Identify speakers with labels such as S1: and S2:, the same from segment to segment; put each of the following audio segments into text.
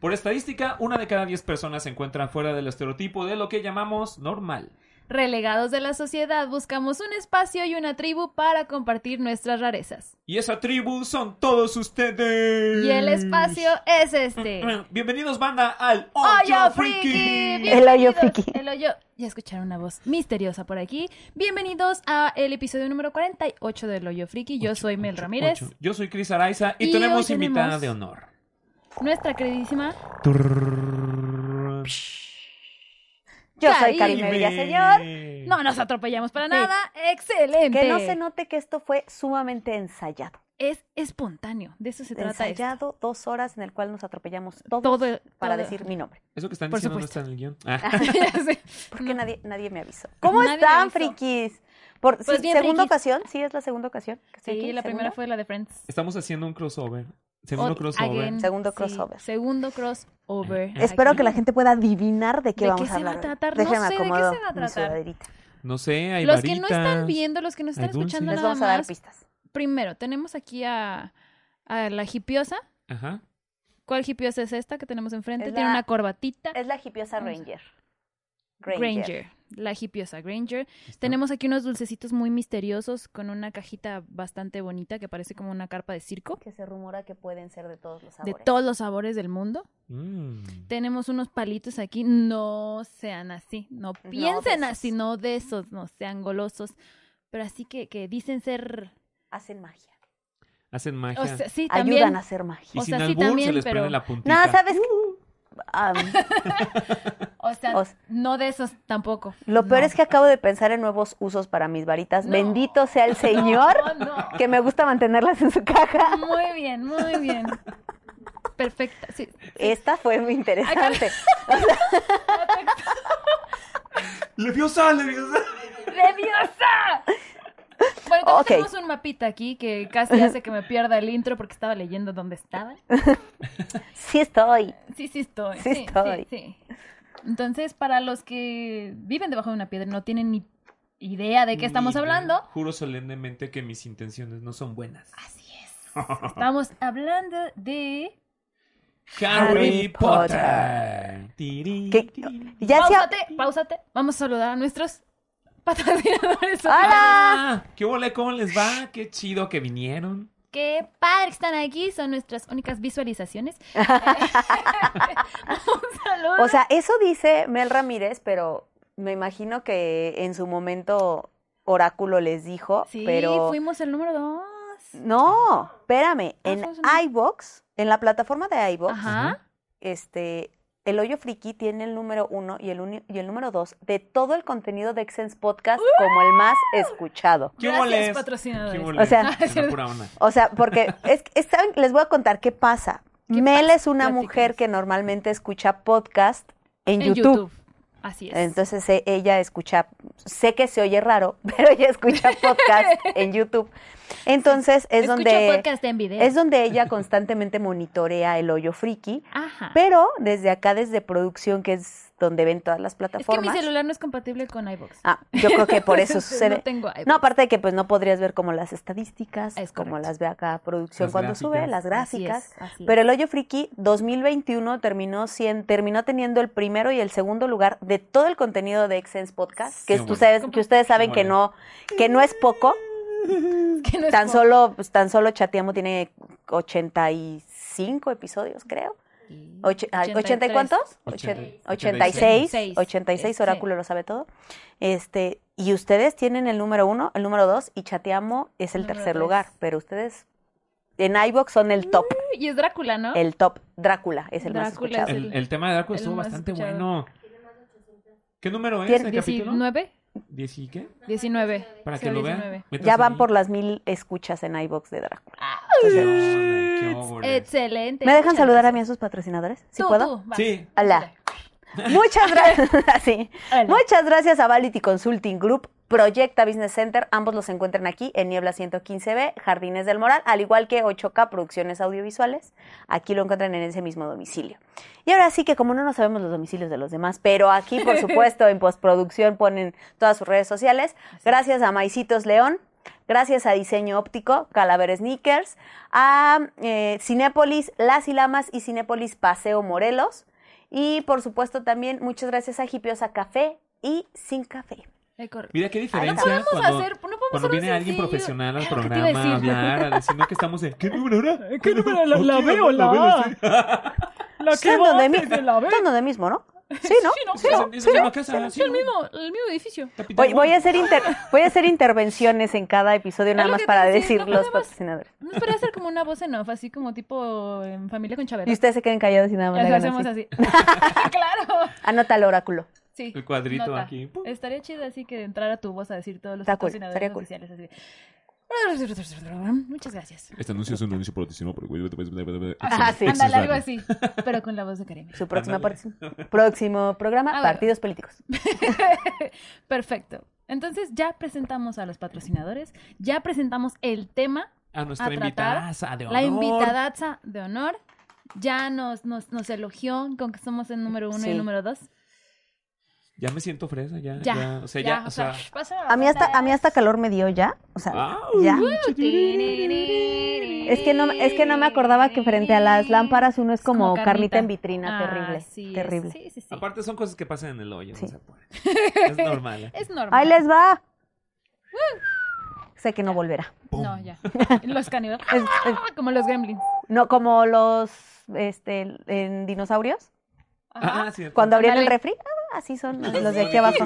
S1: Por estadística, una de cada diez personas se encuentra fuera del estereotipo de lo que llamamos normal.
S2: Relegados de la sociedad, buscamos un espacio y una tribu para compartir nuestras rarezas.
S1: Y esa tribu son todos ustedes.
S2: Y el espacio es este.
S1: Bienvenidos, banda, al
S2: ¡Hoyo
S1: Mm. Hoyo
S2: Friki!
S1: Friki.
S2: Bienvenidos.
S3: hoyo friki.
S2: El hoyo. Ya escucharon una voz misteriosa por aquí. Bienvenidos a el episodio número 48 del Hoyo Friki. Yo soy Mel
S1: Ocho,
S2: Ramírez.
S1: ocho. Yo soy Cris Araiza y,
S2: Y
S1: tenemos
S2: hoy tenemos-
S1: invitada de honor.
S2: Nuestra queridísima.
S3: Yo soy
S2: Karime.
S3: Karime Villaseñor.
S2: No nos atropellamos para
S3: Sí.
S2: nada. Excelente.
S3: Que no se note que esto fue sumamente ensayado.
S2: Es espontáneo. De eso se trata. esto.
S3: ensayado, dos horas en el cual nos atropellamos todos
S2: Todo-
S3: para
S2: todo.
S3: decir mi nombre.
S1: Eso que están
S2: Por
S1: diciendo no
S2: supuesto.
S1: está en el guión. Ah.
S2: Ya sé.
S3: Porque
S2: No.
S3: nadie, nadie me avisó. ¿Cómo
S2: Nadie me
S3: están,
S2: avisó.
S3: frikis? Por
S2: Pues
S3: sí,
S2: bien,
S3: segunda
S2: frikis.
S3: ocasión, sí es la segunda ocasión. que estoy
S2: Sí,
S3: aquí,
S2: la primera
S3: ¿segunda?
S2: fue la de Friends.
S1: Estamos haciendo un crossover. Segundo
S2: Ot-
S1: crossover.
S2: Oh,
S1: Eh,
S2: again.
S3: Segundo
S2: Sí,
S3: crossover.
S2: Segundo crossover.
S3: Espero
S2: Aquí.
S3: que la gente pueda adivinar de qué
S2: ¿De
S3: vamos
S2: qué
S3: a
S2: se va
S3: hablar.
S2: a
S3: hoy.
S2: tratar? No
S3: Déjenme
S2: sé de qué se
S3: acomodo
S2: va a
S3: mi
S2: tratar.
S3: sudaderita.
S1: No sé, hay
S2: Los que no están
S1: varitas.
S2: viendo, los que no están
S1: hay dulces.
S2: escuchando
S3: Les
S2: nada
S3: vamos a dar
S2: más,
S3: pistas.
S2: primero, tenemos aquí a, a la hipiosa.
S1: Ajá.
S2: ¿Cuál hipiosa es esta que tenemos enfrente?
S3: Es
S2: Tiene
S3: la-
S2: una corbatita.
S3: Es la hipiosa
S2: Vamos a-
S3: Ranger.
S2: Granger. La hipiosa Granger.
S1: Está.
S2: Tenemos aquí unos dulcecitos muy misteriosos con una cajita bastante bonita que parece como una carpa de circo.
S3: Que se rumora que pueden ser de todos los
S2: De
S3: sabores.
S2: todos los sabores del mundo.
S1: Mm.
S2: Tenemos unos palitos aquí. No sean así. No
S3: de
S2: piensen
S3: esos.
S2: así. No de esos. No sean golosos. Pero así que, que dicen ser...
S3: Hacen magia.
S1: Hacen magia.
S2: O sea, sí, también.
S3: Ayudan a hacer magia.
S1: y
S2: o
S1: sin
S2: sea, sí,
S1: albur se
S2: también,
S1: les
S2: pero-
S1: prende la puntita.
S3: No, ¿sabes? Am,
S2: O sea,
S3: O sea-
S2: no de esos tampoco.
S3: Lo peor
S2: No.
S3: es que acabo de pensar en nuevos usos para mis varitas.
S2: No.
S3: Bendito sea el Señor
S2: No, no.
S3: que me gusta mantenerlas en su caja.
S2: Muy bien, muy bien. Perfecta. Sí.
S3: Esta fue muy interesante.
S1: ¡Leviosa, leviosa!
S2: ¡Leviosa! Bueno, también
S3: Ok.
S2: tenemos un mapita aquí que casi hace que me pierda el intro porque estaba leyendo dónde estaba.
S3: Sí estoy.
S2: Sí, sí estoy.
S3: Sí estoy.
S2: sí, sí. Entonces, para los que viven debajo de una piedra y no tienen ni idea de qué estamos
S1: Ni-
S2: hablando,
S1: Juro solemnemente que mis intenciones no son buenas.
S2: así es. Estamos hablando de...
S1: Harry
S3: Harry Potter.
S1: Potter. Tirín,
S3: ¿Qué?
S1: tirín.
S3: Ya sea...
S2: Páusate, páusate. Vamos a saludar a nuestros patrocinadores.
S3: ¡Hola!
S1: Ah, ¿Qué ole? ¿Cómo les va? Qué chido que vinieron.
S2: Qué padre que están aquí, son nuestras únicas visualizaciones. Un saludo.
S3: O sea, eso dice Mel Ramírez, pero me imagino que en su momento Oráculo les dijo,
S2: sí,
S3: pero...
S2: fuimos el número dos.
S3: No, espérame.
S2: Ah,
S3: En
S2: fuimos una-
S3: iBox, en la plataforma de iBox,
S2: Ajá.
S3: este, el hoyo friki tiene el número uno y el, uni- y el número dos de todo el contenido de Exens Podcast como el más escuchado.
S1: ¿Qué
S2: Gracias,
S1: ole?
S2: patrocinadores.
S1: ¿Qué ole?
S3: O sea-
S1: Es una pura onda.
S3: O sea, porque es, es- ¿saben? les voy a contar qué pasa.
S2: ¿Qué
S3: Mel
S2: pasa?
S3: es una
S2: Platícanos.
S3: mujer que normalmente escucha podcast en,
S2: En
S3: YouTube.
S2: YouTube. Así es.
S3: Entonces e- ella escucha, sé que se oye raro, pero ella escucha podcast en YouTube. Entonces es
S2: Escucho
S3: donde
S2: podcast ¿eh? en video.
S3: es donde ella constantemente monitorea el hoyo friki.
S2: Ajá.
S3: Pero desde acá, desde producción, que es donde ven todas las
S2: es que mi
S3: plataformas.
S2: celular no es compatible con iBox.
S3: Ah, yo creo que por eso
S2: Entonces,
S3: sucede.
S2: No tengo iBox.
S3: No, aparte de que pues no podrías ver como las estadísticas,
S2: Es
S3: como
S2: correcto.
S3: las ve acá producción
S1: Las
S3: cuando sube,
S1: gráficas.
S3: las
S2: Así es,
S3: gráficas.
S2: así es.
S3: Pero el Hoyo Friki 2021 terminó, cien- terminó teniendo el primero y el segundo lugar de todo el contenido de Exens Podcast, que,
S1: Qué
S3: tú
S1: bueno.
S3: sabes- que ustedes saben
S1: Qué
S3: que
S1: bueno.
S3: no, que no es poco.
S2: Que no es
S3: Tan
S2: por-
S3: solo, pues, tan solo Chateamo tiene 85 episodios, creo. Ocho- ay, ¿80 y
S2: 83.
S3: cuántos?
S1: Ochenta-
S3: Ochen-
S1: ochenta y
S3: 86.
S2: seis.
S3: 86,
S2: Sí.
S3: Oráculo lo sabe todo. Este, y ustedes tienen el número uno, el número dos, y Chateamo es el
S2: Número
S3: tercer
S2: tres.
S3: lugar, pero ustedes en iVoox son el top,
S2: Y es Drácula, ¿no?
S3: el top. Drácula es el más
S2: Drácula
S3: escuchado.
S2: es
S1: El, el tema de Drácula
S2: El
S1: estuvo
S2: más
S1: bastante
S2: escuchado.
S1: bueno. ¿Qué número es
S3: Tiene
S1: el capítulo?
S2: ¿19?
S1: ¿Diez y qué?
S2: 19.
S1: Para
S2: Sí,
S1: que lo
S2: 19.
S1: vean.
S3: Ya van por las mil escuchas en iVoox de Drácula.
S1: la...
S2: Excelente.
S3: ¿Me dejan
S2: Muchas
S3: saludar a mí
S2: gracias.
S3: a sus patrocinadores? ¿Sí
S2: Tú,
S3: puedo?
S2: tú, vas.
S1: Sí,
S3: Hola. Muchas gracias. sí.
S2: Hola.
S3: Muchas gracias a Vality Consulting Group, Proyecta Business Center. Ambos los encuentran aquí en Niebla 115B, Jardines del Moral, al igual que 8K Producciones Audiovisuales. Aquí lo encuentran en ese mismo domicilio. Y ahora sí que como no nos sabemos los domicilios de los demás, pero aquí, por supuesto, en postproducción ponen todas sus redes sociales. Gracias a Maicitos León. gracias a Diseño Óptico, Calaver Sneakers, a eh, Cinépolis Las Ilamas y Cinépolis Paseo Morelos. Y por supuesto también muchas gracias a Hipiosa Café y Sin Café.
S2: Es correcto.
S1: Mira qué diferencia
S2: podemos
S1: cuando,
S2: hacer- no podemos
S1: cuando
S2: hacer un
S1: viene alguien
S2: sencillo.
S1: profesional al
S2: "Ah, ¿Qué te iba a
S1: programa a
S2: decir?
S1: hablar, a decirnos que estamos en... ¿Qué número era?
S2: ¿Qué número? La- la
S1: ¿O qué?
S2: veo, la-
S1: sí.
S2: La
S3: Están donde, mi- están donde mismo, ¿no? Sí, ¿no?
S2: ¿Eh? Sí, no,
S1: Es-
S2: no,
S1: es la misma casa, sí,
S2: el
S1: ¿no?
S2: mismo, el mismo edificio.
S1: Capital
S3: Voy, voy a
S1: One.
S3: hacer inter- voy a hacer intervenciones en cada episodio nada
S2: lo
S3: más
S2: que te
S3: para
S2: decía,
S3: decir
S2: no
S3: los
S2: podemos-
S3: patrocinadores.
S2: No podría hacer como una voz en off, así como tipo en familia con Chabela.
S3: Y ustedes se queden callados y nada más.
S2: Ya
S3: le
S2: lo
S3: hagan
S2: hacemos
S3: así.
S2: así. claro.
S3: Anota el oráculo.
S2: Sí.
S1: El cuadrito
S2: nota.
S1: aquí.
S2: Estaría chido así que entrara tu voz a decir todos los
S3: Está cool,
S2: patrocinadores
S3: estaría cool.
S2: oficiales así. Muchas gracias.
S1: Este anuncio es un anuncio patrocinado por...
S3: Ah, sí.
S2: Ándale, algo así, pero con la voz de Karime.
S3: Su próxima
S1: Ándale.
S3: participación. próximo programa,
S2: Ah, bueno.
S3: partidos políticos.
S2: Perfecto. Entonces ya presentamos a los patrocinadores, ya presentamos el tema,
S1: A nuestra
S2: a tratar
S1: invitada de honor.
S2: la invitadaza de honor, ya nos, nos, nos elogió con que somos el número uno y
S3: Sí.
S2: el número dos.
S1: Ya me siento fresa, ya.
S2: Ya,
S1: Ya, o sea, ya, o sea...
S2: shh, pasa la
S3: A mí hasta
S2: banda.
S3: a mí hasta calor me dio ya, o sea,
S1: ¡au!
S3: Ya.
S2: Es
S3: es que no es que no me acordaba que frente a las lámparas uno es como,
S2: como
S3: carnita.
S2: carnita.
S3: en vitrina,
S2: Ah,
S3: terrible,
S2: así es.
S3: terrible.
S2: Sí, sí, sí.
S1: Aparte son cosas que pasan en el hoyo,
S3: Sí.
S1: no se puede. Es normal.
S2: Es normal.
S3: Ahí les va. Sé que no volverá.
S2: No, ya. Los caníbales. Ah,
S3: Es- es-
S2: Como los gremlins.
S3: no como los este en dinosaurios
S2: Ajá.
S1: Ah, cierto.
S3: cuando abrían el
S2: Ándale.
S3: refri, ah, así son los de aquí abajo.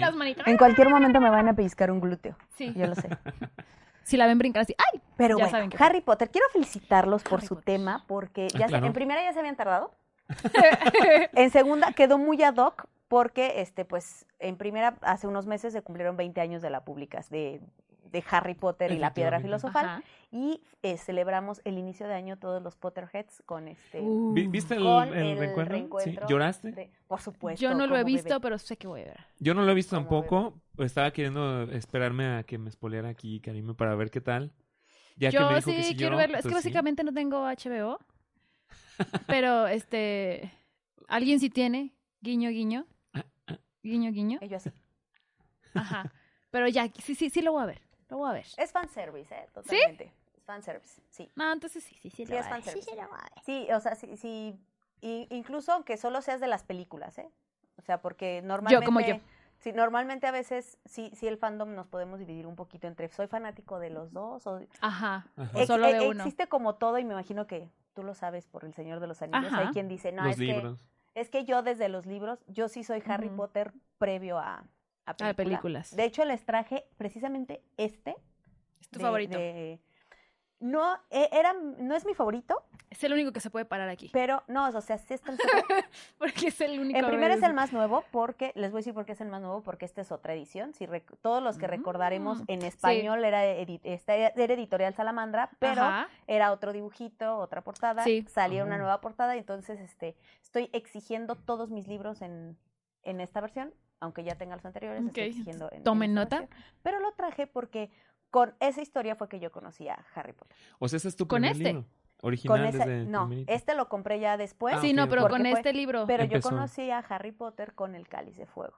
S2: Las manitas.
S3: En cualquier momento me van a pellizcar un glúteo,
S2: Sí.
S3: Eh, yo lo sé.
S2: Si la ven brincar así. ¡Ay!
S3: Pero
S2: Ya
S3: bueno,
S2: saben que-
S3: Harry Potter, quiero felicitarlos por
S2: Harry
S3: su
S2: Potter.
S3: tema porque
S1: Ah,
S3: ya se-
S1: claro.
S3: en primera ya se habían tardado. en segunda quedó muy ad hoc porque este pues en primera hace unos meses se cumplieron 20 años de la publicación de, de Harry Potter y la Piedra
S1: Efectivamente.
S3: Filosofal
S2: Ajá.
S3: y eh, celebramos el inicio de año todos los Potterheads con este
S2: Uh.
S1: Vi- ¿Viste el,
S3: con
S1: el reencuentro? Sí. ¿Lloraste?
S3: de- por supuesto.
S2: Yo no lo he
S3: como bebé.
S2: visto, pero sé que voy a ver.
S1: Yo no lo he visto
S3: Como
S1: tampoco. pues, Estaba queriendo esperarme a que me spoileara aquí, Karime, para ver qué tal. Ya que
S2: Yo
S1: me dijo
S2: sí
S1: que sí
S2: quiero
S1: lloró,
S2: verlo. Es que
S1: pues sí.
S2: básicamente no tengo HBO. Pero este. Alguien sí tiene. Guiño, guiño.
S1: Ah,
S2: Guiño, guiño.
S3: Y yo así.
S2: Ajá. Pero ya, sí, sí, sí lo voy a ver. Lo voy a ver.
S3: Es fanservice, ¿eh? Totalmente. Es fanservice, sí.
S2: No, entonces sí, sí, sí
S3: Sí,
S2: lo voy
S3: es
S2: a ver. Sí,
S3: fanservice.
S2: sí lo voy a ver.
S3: Sí, o sea, sí, sí, i- incluso aunque solo seas de las películas, ¿eh? O sea, porque normalmente...
S2: Yo, como yo.
S3: Sí, normalmente a veces sí, sí el fandom nos podemos dividir un poquito entre soy fanático de los dos o,
S2: Ajá.
S1: Ajá.
S2: O
S3: Ex-
S2: solo
S3: e-
S2: de uno.
S3: Existe como todo y me imagino que tú lo sabes por El Señor de los Anillos.
S2: Ajá.
S3: Hay quien dice, no,
S1: Los
S3: es que,
S1: libros.
S3: es que yo desde los libros, yo sí soy Harry
S2: Ujú.
S3: Potter previo a, a, película.
S2: Ah, películas.
S3: De hecho, les traje precisamente este.
S2: Es tu
S3: de-
S2: favorito.
S3: de- No, eh, era, no es mi favorito,
S2: Es el único que se puede parar aquí.
S3: pero no, o sea, sí está el segundo.
S2: Porque es el único.
S3: En primera es
S2: verde.
S3: el más nuevo porque, les voy a decir por qué es el más nuevo, porque esta es otra edición. Si rec- todos los que recordaremos
S2: Mm,
S3: en español era, edi- esta era editorial Salamandra, pero
S2: Ajá.
S3: era otro dibujito, otra portada,
S2: Sí.
S3: salía una
S1: Ajá.
S3: nueva portada, entonces este, estoy exigiendo todos mis libros en, en esta versión, aunque ya tenga los anteriores, estoy
S2: Ok,
S3: exigiendo en- en
S2: tomen
S3: esta
S2: nota.
S3: versión. Pero lo traje porque con esa historia fue que yo conocí a Harry Potter.
S1: O sea, ese es tu
S2: ¿Con
S1: primer
S2: este?
S1: libro.
S3: Con
S1: Original
S3: esa,
S1: desde
S3: no,
S1: primerito.
S3: este lo compré ya después,
S1: Ah,
S2: sí,
S1: ok,
S2: no,
S1: ok.
S2: pero
S3: Porque
S2: con
S3: fue-
S2: este libro.
S3: pero
S1: Empezó.
S3: yo conocí a Harry Potter con el cáliz de fuego.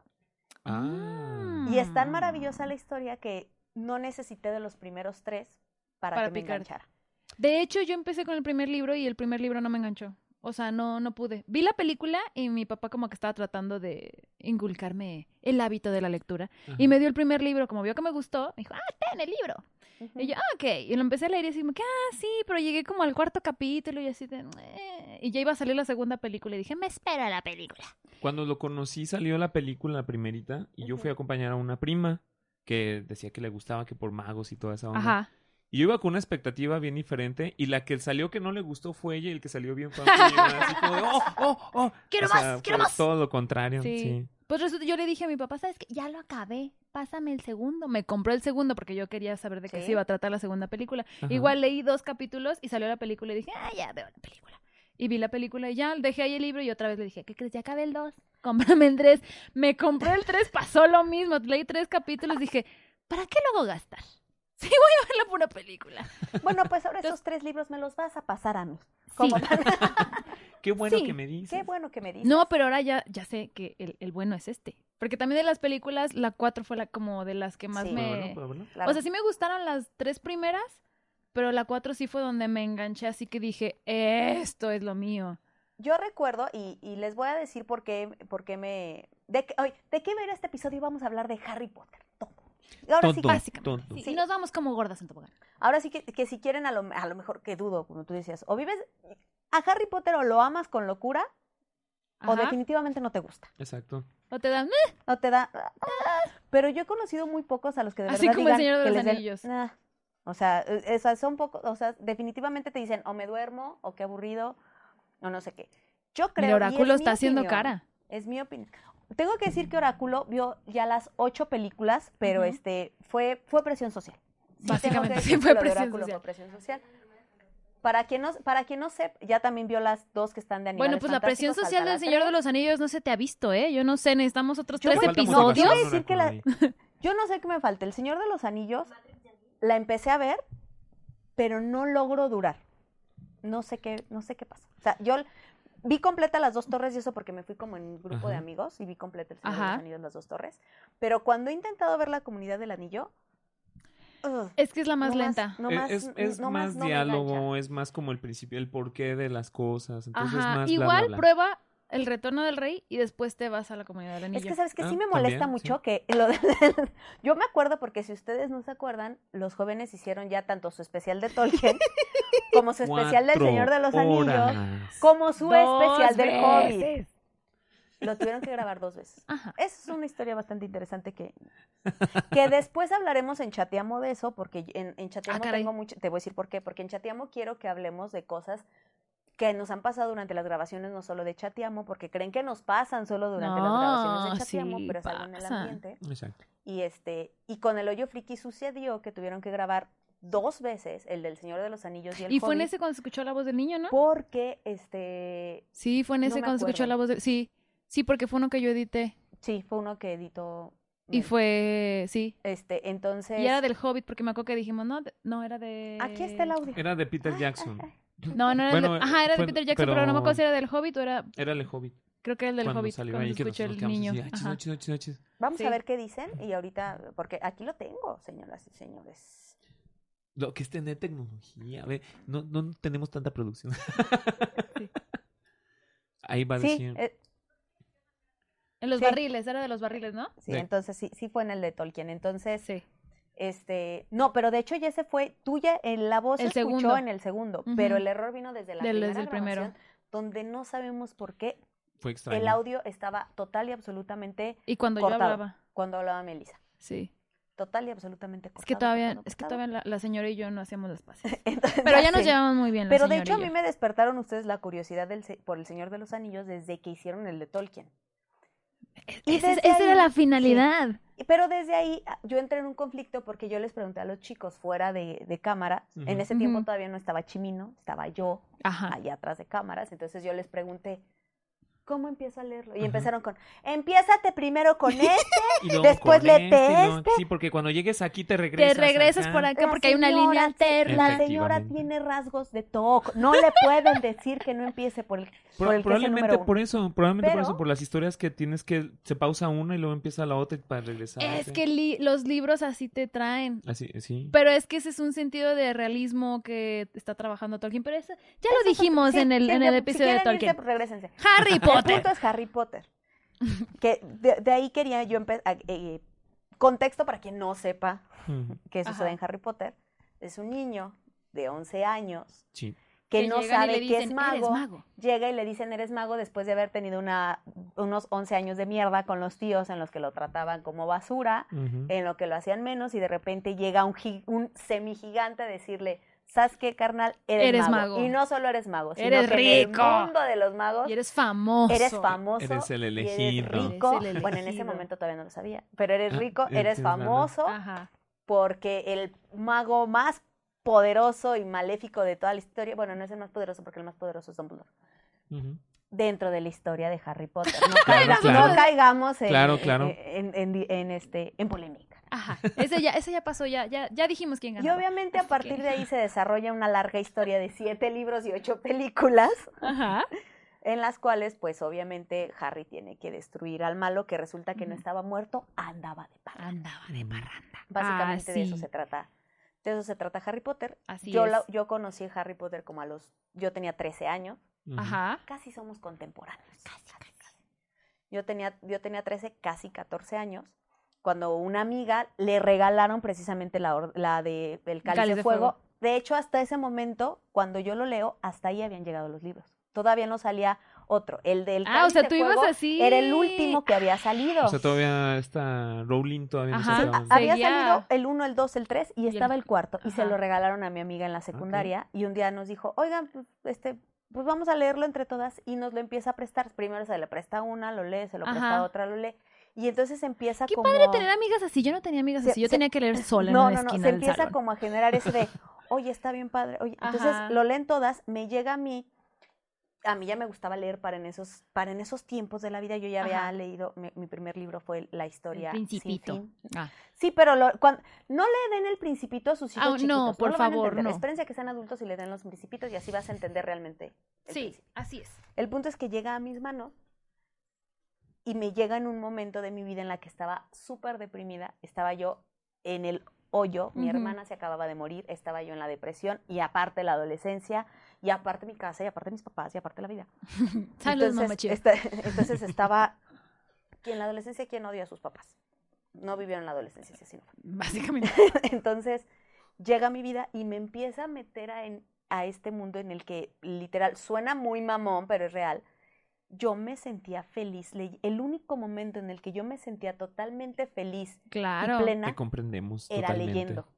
S1: Ah.
S2: Mm.
S3: Y es tan maravillosa la historia que no necesité de los primeros tres para,
S2: Para
S3: que me
S2: picarte.
S3: enganchara.
S2: De hecho, yo empecé con el primer libro y el primer libro no me enganchó. O sea, no, no pude. Vi la película y mi papá como que estaba tratando de inculcarme el hábito de la lectura.
S1: Ajá.
S2: Y me dio el primer libro, como vio que me gustó, me dijo, ah, ten el libro. Y yo, ah, ok. Y lo empecé a leer y así, como que, ah, sí, pero llegué como al cuarto capítulo y así de, "Eh". Y ya iba a salir la segunda película y dije, me espero a la película.
S1: Cuando lo conocí salió la película, la primerita, y yo fui a
S3: Ujú.
S1: acompañar a una prima que decía que le gustaba que por magos y toda esa onda.
S2: Ajá.
S1: Y yo iba con una expectativa bien diferente y la que salió que no le gustó fue ella y el que salió bien fue a mí, yo así como de, oh, oh, oh.
S2: Quiero
S1: O sea,
S2: más, quiero
S1: fue
S2: más.
S1: Todo lo contrario,
S2: Sí.
S1: sí.
S2: Pues resulta, yo le dije a mi papá, ¿sabes qué? Ya lo acabé, pásame el segundo. Me compró el segundo porque yo quería saber de qué
S3: Sí.
S2: se iba a tratar la segunda película.
S1: Ajá.
S2: Igual leí dos capítulos y salió la película y dije, ah, ya veo la película. Y vi la película y ya dejé ahí el libro y otra vez le dije, ¿qué crees? Ya acabé el dos, cómprame el tres. Me compró el tres, pasó lo mismo. Leí tres capítulos, dije, ¿para qué lo hago gastar? Sí, voy a ver la pura película.
S3: Bueno, pues ahora esos tres libros me los vas a pasar a mí.
S2: Sí.
S3: Como tal.
S1: Qué bueno
S2: Sí,
S1: que me dices.
S3: Qué bueno que me dices.
S2: No, pero ahora ya, ya sé que el, el bueno es este. Porque también de las películas, la 4 fue la como de las que más
S3: Sí.
S1: ¿Puedo
S2: me...
S1: verlo? ¿Puedo verlo?
S3: Claro.
S2: O sea, sí me gustaron las tres primeras, pero la 4 sí fue donde me enganché, así que dije, esto es lo mío.
S3: Yo recuerdo, y, y les voy a decir por qué, por qué me... De, qué- ay, ¿De qué ver este episodio? Vamos a hablar de Harry Potter. Todo. Y Ahora sí,
S1: Todo.
S3: que-
S2: Básicamente.
S1: Tonto.
S2: Sí,
S3: Sí.
S2: Y nos vamos como gordas en tobogán.
S3: ahora sí que, que si quieren, a lo, a lo mejor, que dudo, como tú decías, o vives a Harry Potter o lo amas con locura, o
S2: Ajá.
S3: definitivamente no te gusta.
S1: Exacto.
S2: O te dan... "Mm,
S3: No te da... Pero yo he conocido muy pocos a los que de
S2: Así
S3: verdad
S2: como el
S3: digan
S2: Señor de
S3: que
S2: los
S3: les den-
S2: Anillos.
S3: "Nah". O sea, eh, eh, o sea, son pocos, o sea, definitivamente te dicen, o me duermo, o qué aburrido, o no sé qué. Yo creo...
S2: El
S3: y es
S2: oráculo
S3: mi
S2: está haciendo
S3: opinión,
S2: cara.
S3: Es mi opinión. Tengo que decir que Oráculo vio ya las ocho películas, pero
S2: Ujú.
S3: este fue, fue presión social. Sí, tengo
S2: Básicamente,
S3: que
S2: sí,
S3: decir
S2: fue
S3: que lo de
S2: presión
S3: Oráculo
S2: social.
S3: fue presión social. Para quien no, para quien no sepa, ya también vio las dos que están de animales
S2: Bueno, pues la presión
S3: fantásticos,
S2: social
S3: falta
S2: del
S3: la
S2: Señor de
S3: tres.
S2: los Anillos no se te ha visto, ¿eh? Yo no sé, necesitamos otros
S3: Yo
S2: tres
S3: voy-
S1: Falta
S2: episodios.
S1: motivación,
S3: Yo voy a decir que la-
S1: Oráculo, ahí.
S3: Yo no sé qué me falta. El Señor de los Anillos la empecé a ver, pero no logro durar. No sé qué, no sé qué pasa. O sea, yo vi completa las dos torres y eso porque me fui como en un grupo de
S1: Ajá.
S3: amigos y vi completa el Señor de
S2: Ajá.
S3: los Anillos, las dos torres. Pero cuando he intentado ver la comunidad del anillo, ugh,
S2: Es que es la más
S3: no
S2: lenta.
S3: no
S1: Es-
S3: más-
S1: E-, es es
S3: no
S1: más
S3: no me engancha.
S1: diálogo, es más como el principio, el porqué de las cosas. Entonces
S2: Ajá.
S1: más bla,
S2: Igual
S1: bla, bla.
S2: prueba el retorno del rey y después te vas a la comunidad del
S3: Es
S2: anillo.
S3: que sabes que sí
S1: Ah,
S3: me molesta
S1: también,
S3: mucho que lo de- yo me acuerdo porque si ustedes no se acuerdan, los jóvenes hicieron ya tanto su especial de Tolkien como su especial del
S1: Cuatro
S3: Señor de los Anillos,
S1: horas.
S3: como su
S2: Dos
S3: especial del COVID.
S2: veces.
S3: Lo tuvieron que grabar dos veces.
S2: Ajá.
S3: Esa es una historia bastante interesante que, que después hablaremos en Chateamo de eso, porque en, en Chateamo
S2: Ah, caray.
S3: tengo mucho, te voy a decir por qué, porque en Chateamo quiero que hablemos de cosas que nos han pasado durante las grabaciones, no solo de Chateamo, porque creen que nos pasan solo durante las grabaciones
S2: No,
S3: de Chateamo,
S2: sí
S3: pero es algo en el
S2: pasa.
S3: ambiente.
S1: Exacto.
S3: Y este, y con el hoyo friki sucedió que tuvieron que grabar dos veces el del Señor de los Anillos y el
S2: Y fue en
S3: Hobbit,
S2: ese cuando se escuchó la voz del niño, ¿no?
S3: porque este
S2: Sí, fue en
S3: No
S2: ese
S3: me
S2: cuando se escuchó
S3: acuerdo.
S2: la voz del... Sí, sí, porque fue uno que yo edité.
S3: sí fue uno que editó
S2: Y
S3: Mel.
S2: fue... Sí.
S3: este entonces
S2: Y era del Hobbit, porque me acuerdo que dijimos, no, de- no, era de...
S3: aquí está el audio
S1: Era de Peter Jackson.
S2: No, no era
S1: Bueno,
S2: de... Ajá, era
S1: fue-
S2: de Peter Jackson, pero... no me acuerdo si era del Hobbit o era...
S1: Era el Hobbit.
S2: Creo que era el del
S1: cuando
S2: Hobbit,
S1: salió
S2: cuando
S1: ahí,
S2: se
S1: que
S2: escuchó
S1: nosotros
S2: el
S1: nos quedamos así,
S2: niño.
S1: "Ay, chis,
S2: Ajá.
S1: no, chis, no, chis, no, chis".
S3: Vamos
S2: Sí.
S3: a ver qué dicen y ahorita, porque aquí lo tengo, señoras y señores.
S1: Lo que es tener tecnología, ve, no, no tenemos tanta producción. Ahí va a
S3: Sí,
S1: decir.
S3: eh,
S2: En los
S3: Sí.
S2: barriles, era de los barriles, ¿no?
S3: sí,
S1: Sí.
S3: entonces sí, sí fue en el de Tolkien. Entonces,
S2: Sí.
S3: este, no, pero de hecho ya se fue, tuya en la voz
S2: El
S3: se escuchó
S2: segundo.
S3: en el segundo,
S2: Ujú.
S3: pero el error vino desde la
S2: Del-
S3: primera
S2: desde el primero.
S3: grabación, donde no sabemos por qué
S1: Fue extraño.
S3: el audio estaba total y absolutamente
S2: Y cuando yo
S3: Cortado.
S2: hablaba.
S3: cuando hablaba Melissa.
S2: Sí.
S3: Total y absolutamente
S2: Es que
S3: cortado,
S2: todavía,
S3: cortado,
S2: es que
S3: cortado.
S2: todavía la, la señora y yo no hacíamos las paces.
S3: Entonces,
S2: Pero ya nos
S3: sé.
S2: llevamos muy bien la
S3: Pero de
S2: señora
S3: hecho a
S2: y yo.
S3: mí me despertaron ustedes la curiosidad del se- por el Señor de los Anillos desde que hicieron el de Tolkien. y
S2: Ese-
S3: desde
S2: esa era
S3: ahí-
S2: la
S3: sí.
S2: finalidad.
S3: Y- Pero desde ahí ah, yo entré en un conflicto porque yo les pregunté a los chicos fuera de, de cámara. En
S1: Ujú.
S3: ese tiempo
S2: Ujú. Ah.
S3: todavía no estaba Chimino, estaba yo
S2: Ajá.
S3: allá atrás de cámaras. Entonces yo les pregunté, ¿cómo empiezo a leerlo? Y
S1: Ajá.
S3: empezaron con, empiézate primero con él.
S1: Y luego
S3: después
S1: con
S3: le
S1: este, ¿no?
S3: este.
S1: Sí, porque cuando llegues aquí te
S2: Te
S1: regresas.
S2: regresas
S1: acá.
S2: por acá
S3: La
S2: porque hay una
S3: este, señora
S2: línea
S3: sí-
S2: alterna.
S3: La señora
S1: Efectivamente.
S3: tiene rasgos de TOC. No le pueden decir que no empiece por el,
S1: Pro-
S3: por el que es el número
S1: probablemente
S3: uno.
S1: por eso, probablemente por
S3: Pero-
S1: eso, por las historias que tienes que se pausa una y luego empieza la otra y para regresar.
S2: Es que li- los libros así te traen.
S1: Así, sí.
S2: Pero es que ese es un sentido de realismo que está trabajando Tolkien. Pero eso ya lo
S3: Eso fue-
S2: dijimos
S3: sí,
S2: en el,
S3: sí,
S2: en
S3: ya-
S2: el
S3: si
S2: episodio de
S3: quieren irse,
S2: Tolkien.
S3: pues, regrésense.
S2: Harry
S3: El
S2: Potter.
S3: punto es Harry Potter. Que de, de ahí quería yo empezar. contexto para quien no sepa
S1: Mm,
S3: qué sucede
S2: Ajá.
S3: en Harry Potter. Es un niño de 11 años
S1: sí.
S3: que, no
S2: llegan y
S3: sabe
S2: le
S3: que es
S2: dicen,
S3: mago,
S2: "Eres mago.
S3: Llega y le dicen, eres mago después de haber tenido una, unos 11 años de mierda con los tíos en los que lo trataban como basura,
S1: Ujú.
S3: en lo que lo hacían menos y de repente llega un, gi- un semigigante a decirle, ¿sabes qué, carnal? Eres,
S2: Eres
S3: mago.
S2: mago.
S3: Y no solo eres mago, sino
S2: Eres
S3: que en
S2: rico.
S3: el mundo de los magos
S2: Y eres famoso.
S3: eres famoso.
S1: Eres el
S3: y
S1: elegido.
S3: Eres rico.
S2: Eres el
S3: Bueno, en ese
S2: elegido.
S3: momento todavía no lo sabía. Pero eres
S1: Ah,
S3: rico,
S1: eh,
S3: eres
S1: tienes razón.
S3: famoso
S2: Ajá.
S3: porque el mago más poderoso y maléfico de toda la historia, bueno, no es el más poderoso porque el más poderoso es Dumbledore,
S1: Ujú.
S3: dentro de la historia de Harry Potter. No,
S1: Claro,
S3: caiga-
S1: claro.
S3: no caigamos en, eh,
S1: Claro, claro.
S3: en- en- en- en, este, en polémica.
S2: Ajá. Ese ya, ese ya pasó, ya, ya, ya pues, dijimos quién
S3: Y
S2: ganó. Así
S3: obviamente a
S2: que-
S3: partir de ahí se desarrolla una larga historia de siete libros y ocho películas
S2: Ajá.
S3: en las cuales pues obviamente Harry tiene que destruir al malo que resulta que no
S2: Ujú.
S3: estaba muerto, andaba Ah, de parra.
S2: Andaba de parranda.
S3: Básicamente
S2: Ah,
S3: de eso
S2: sí.
S3: se trata. De eso se trata Harry Potter.
S2: Así
S3: yo,
S2: es.
S3: la- yo conocí a Harry Potter como a los, yo tenía 13 años,
S1: Ujú.
S2: Ajá.
S3: casi somos contemporáneos. Casi, casi. Yo tenía, yo tenía 13, casi 14 años, cuando una amiga le regalaron precisamente la, or- la de El Cáliz, de, fuego. De hecho, hasta ese momento, cuando yo lo leo, hasta ahí habían llegado los libros. Todavía no salía otro. El del
S2: Ah,
S3: Cáliz
S2: o sea,
S3: de
S2: tú ibas
S3: Fuego
S2: así.
S3: Era el último que había salido.
S1: O sea, todavía está Rowling todavía no se
S2: Ajá.
S1: acaba.
S2: Sí,
S3: Había
S2: Ah, Seguía.
S3: salido el 1, el 2, el 3 y,
S2: el-
S3: estaba el cuarto. Y se
S2: ajá.
S3: lo regalaron a mi amiga en la secundaria. Y un día nos dijo, oigan, pues, este, pues vamos a leerlo entre todas. Y nos lo empieza a prestar. Primero se le presta una, lo lee, se lo presta
S2: Ajá.
S3: otra, lo lee. Y entonces empieza
S2: Qué
S3: como...
S2: padre tener amigas así. Yo no tenía amigas
S3: Se-
S2: así. Yo
S3: se-
S2: tenía que leer sola
S3: no,
S2: en una
S3: no, no,
S2: esquina
S3: se
S2: del
S3: empieza
S2: salón.
S3: como a generar eso de, oye, está bien padre. Oye, entonces
S2: Ajá.
S3: lo leen todas, me llega a mí. A mí ya me gustaba leer para en esos, para en esos tiempos de la vida. Yo ya había
S2: Ajá.
S3: leído, mi, mi primer libro fue La historia. sin
S2: Principito.
S3: fin.
S2: Ah,
S3: Sí, pero lo- cuan- no le den el principito a sus hijos
S2: Ah, no,
S3: chiquitos.
S2: por
S3: lo van a
S2: favor,
S3: entender.
S2: no.
S3: Espérense a que sean adultos y le den los principitos y así vas a entender realmente. el
S2: sí,
S3: principio.
S2: así es.
S3: El punto es que llega a mis manos y me llega en un momento de mi vida en la que estaba súper deprimida. Estaba yo en el hoyo, mi
S2: Ujú.
S3: hermana se acababa de morir, estaba yo en la depresión y aparte la adolescencia y aparte mi casa y aparte mis papás y aparte la vida.
S2: Saludos, mamá chida.
S3: esta- entonces estaba... que en la adolescencia, ¿quién odia a sus papás? No vivieron la adolescencia, si así no fue.
S2: Básicamente.
S3: Entonces llega mi vida y me empieza a meter a, en- a este mundo en el que literal suena muy mamón, pero es real. Yo me sentía feliz. le- El único momento en el que yo me sentía totalmente feliz
S2: Claro.
S3: y
S1: Te
S3: plena
S1: comprendemos
S3: era
S1: totalmente.
S3: leyendo.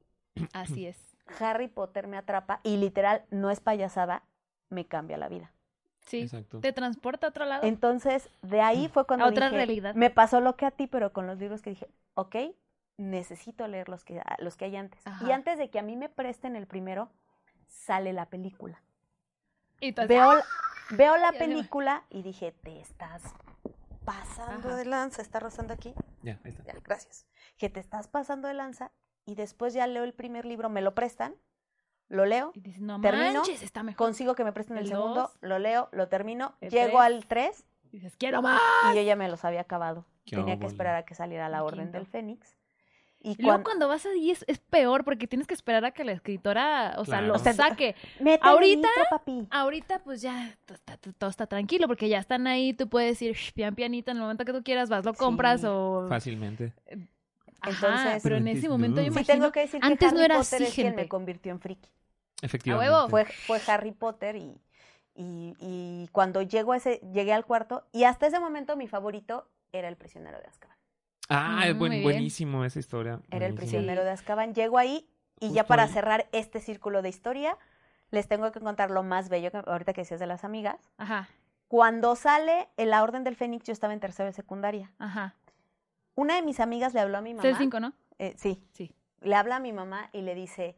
S2: Así es.
S3: Harry Potter me atrapa y literal, no es payasada, me cambia la vida.
S2: Sí.
S1: Exacto.
S2: Te transporta a otro lado.
S3: Entonces, de ahí fue cuando
S2: A otra
S3: dije,
S2: realidad.
S3: me pasó lo que a ti, pero con los libros que dije, ok, necesito leer los que, ah, los que hay antes. Y
S2: Ajá.
S3: antes de que a mí me presten el primero, sale la película.
S2: Y tú así, ¡ah!
S3: Veo, la- veo la
S2: Ya se va.
S3: película y dije, te estás pasando
S2: Ajá.
S3: de lanza, está rozando aquí.
S1: Ya, ahí está.
S3: Ya, gracias. Que te estás pasando de lanza y después ya leo el primer libro, me lo prestan, lo leo,
S2: Y dices, no
S3: Termino,
S2: manches, está mejor.
S3: consigo que me presten el,
S2: El
S3: segundo,
S2: dos,
S3: lo leo, lo termino,
S2: el
S3: llego
S2: tres.
S3: al 3
S2: Y dices, quiero más.
S3: y yo ya me los había acabado.
S1: Qué
S3: Tenía que
S1: óvole.
S3: esperar a que saliera la
S2: El
S3: Orden
S2: quinto.
S3: del Fénix. Y
S2: Y luego
S3: cuando,
S2: cuando vas ahí es, es peor porque tienes que esperar a que la escritora, o sea,
S1: Claro.
S2: lo
S1: O sea,
S2: saque.
S3: Mete
S2: ahorita-
S3: vinito, papi.
S2: Ahorita pues ya to- está- to- todo está, tranquilo porque ya están ahí, tú puedes ir shh, pian pianito en el momento que tú quieras, vas, lo
S3: Sí.
S2: compras o...
S1: Fácilmente.
S2: Ajá,
S3: Entonces-
S2: pero en ese momento yo
S1: Sí,
S3: Sí
S2: imagino...
S3: tengo que decir que
S2: antes
S3: Harry
S2: no era
S3: Potter
S2: así,
S3: es quien
S2: gente.
S3: me convirtió en friki.
S1: Efectivamente.
S3: Fue, fue Harry Potter y, y, y cuando llego a ese, llegué al cuarto y hasta ese momento mi favorito era el prisionero de Azkaban.
S1: Ah, es
S2: Mm,
S1: buen-
S2: muy bien.
S1: buenísimo esa historia.
S3: Era el
S1: buenísimo.
S3: prisionero de Azkaban. Llego ahí y ya
S1: Justo
S3: para
S1: ahí.
S3: cerrar este círculo de historia, les tengo que contar lo más bello que ahorita que decías de las amigas.
S2: Ajá,
S3: Cuando sale en la Orden del Fénix, yo estaba en tercero de secundaria.
S2: ajá.
S3: Una de mis amigas le habló a mi
S2: Es
S3: mamá.
S2: el 5, ¿no?
S3: eh, sí,
S2: Sí.
S3: le habla a mi mamá y le dice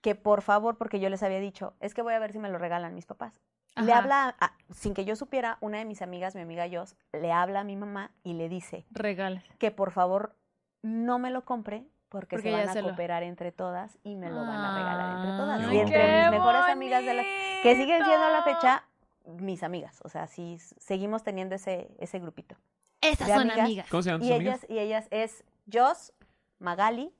S3: que por favor, porque yo les había dicho, es que voy a ver si me lo regalan mis papás. Le
S2: Ajá.
S3: habla, a- sin que yo supiera, una de mis amigas, mi amiga Jos, le habla a mi mamá y le dice
S2: Regalas.
S3: que por favor no me lo compre porque,
S2: Porque
S3: se
S2: ya
S3: van
S2: se
S3: a
S2: lo- Ah,
S3: cooperar entre todas y me lo van a regalar entre todas.
S1: Ay,
S3: Y entre
S1: qué
S3: mis mejores amigas de la... que siguen siendo a la fecha mis amigas, o sea, sí, s- seguimos teniendo ese, ese grupito.
S2: Esas
S3: de
S2: son
S3: amigas.
S2: amigas.
S1: ¿Cómo se llaman tus
S3: Y
S1: amigas?
S3: ellas, y ellas es Jos, Magali,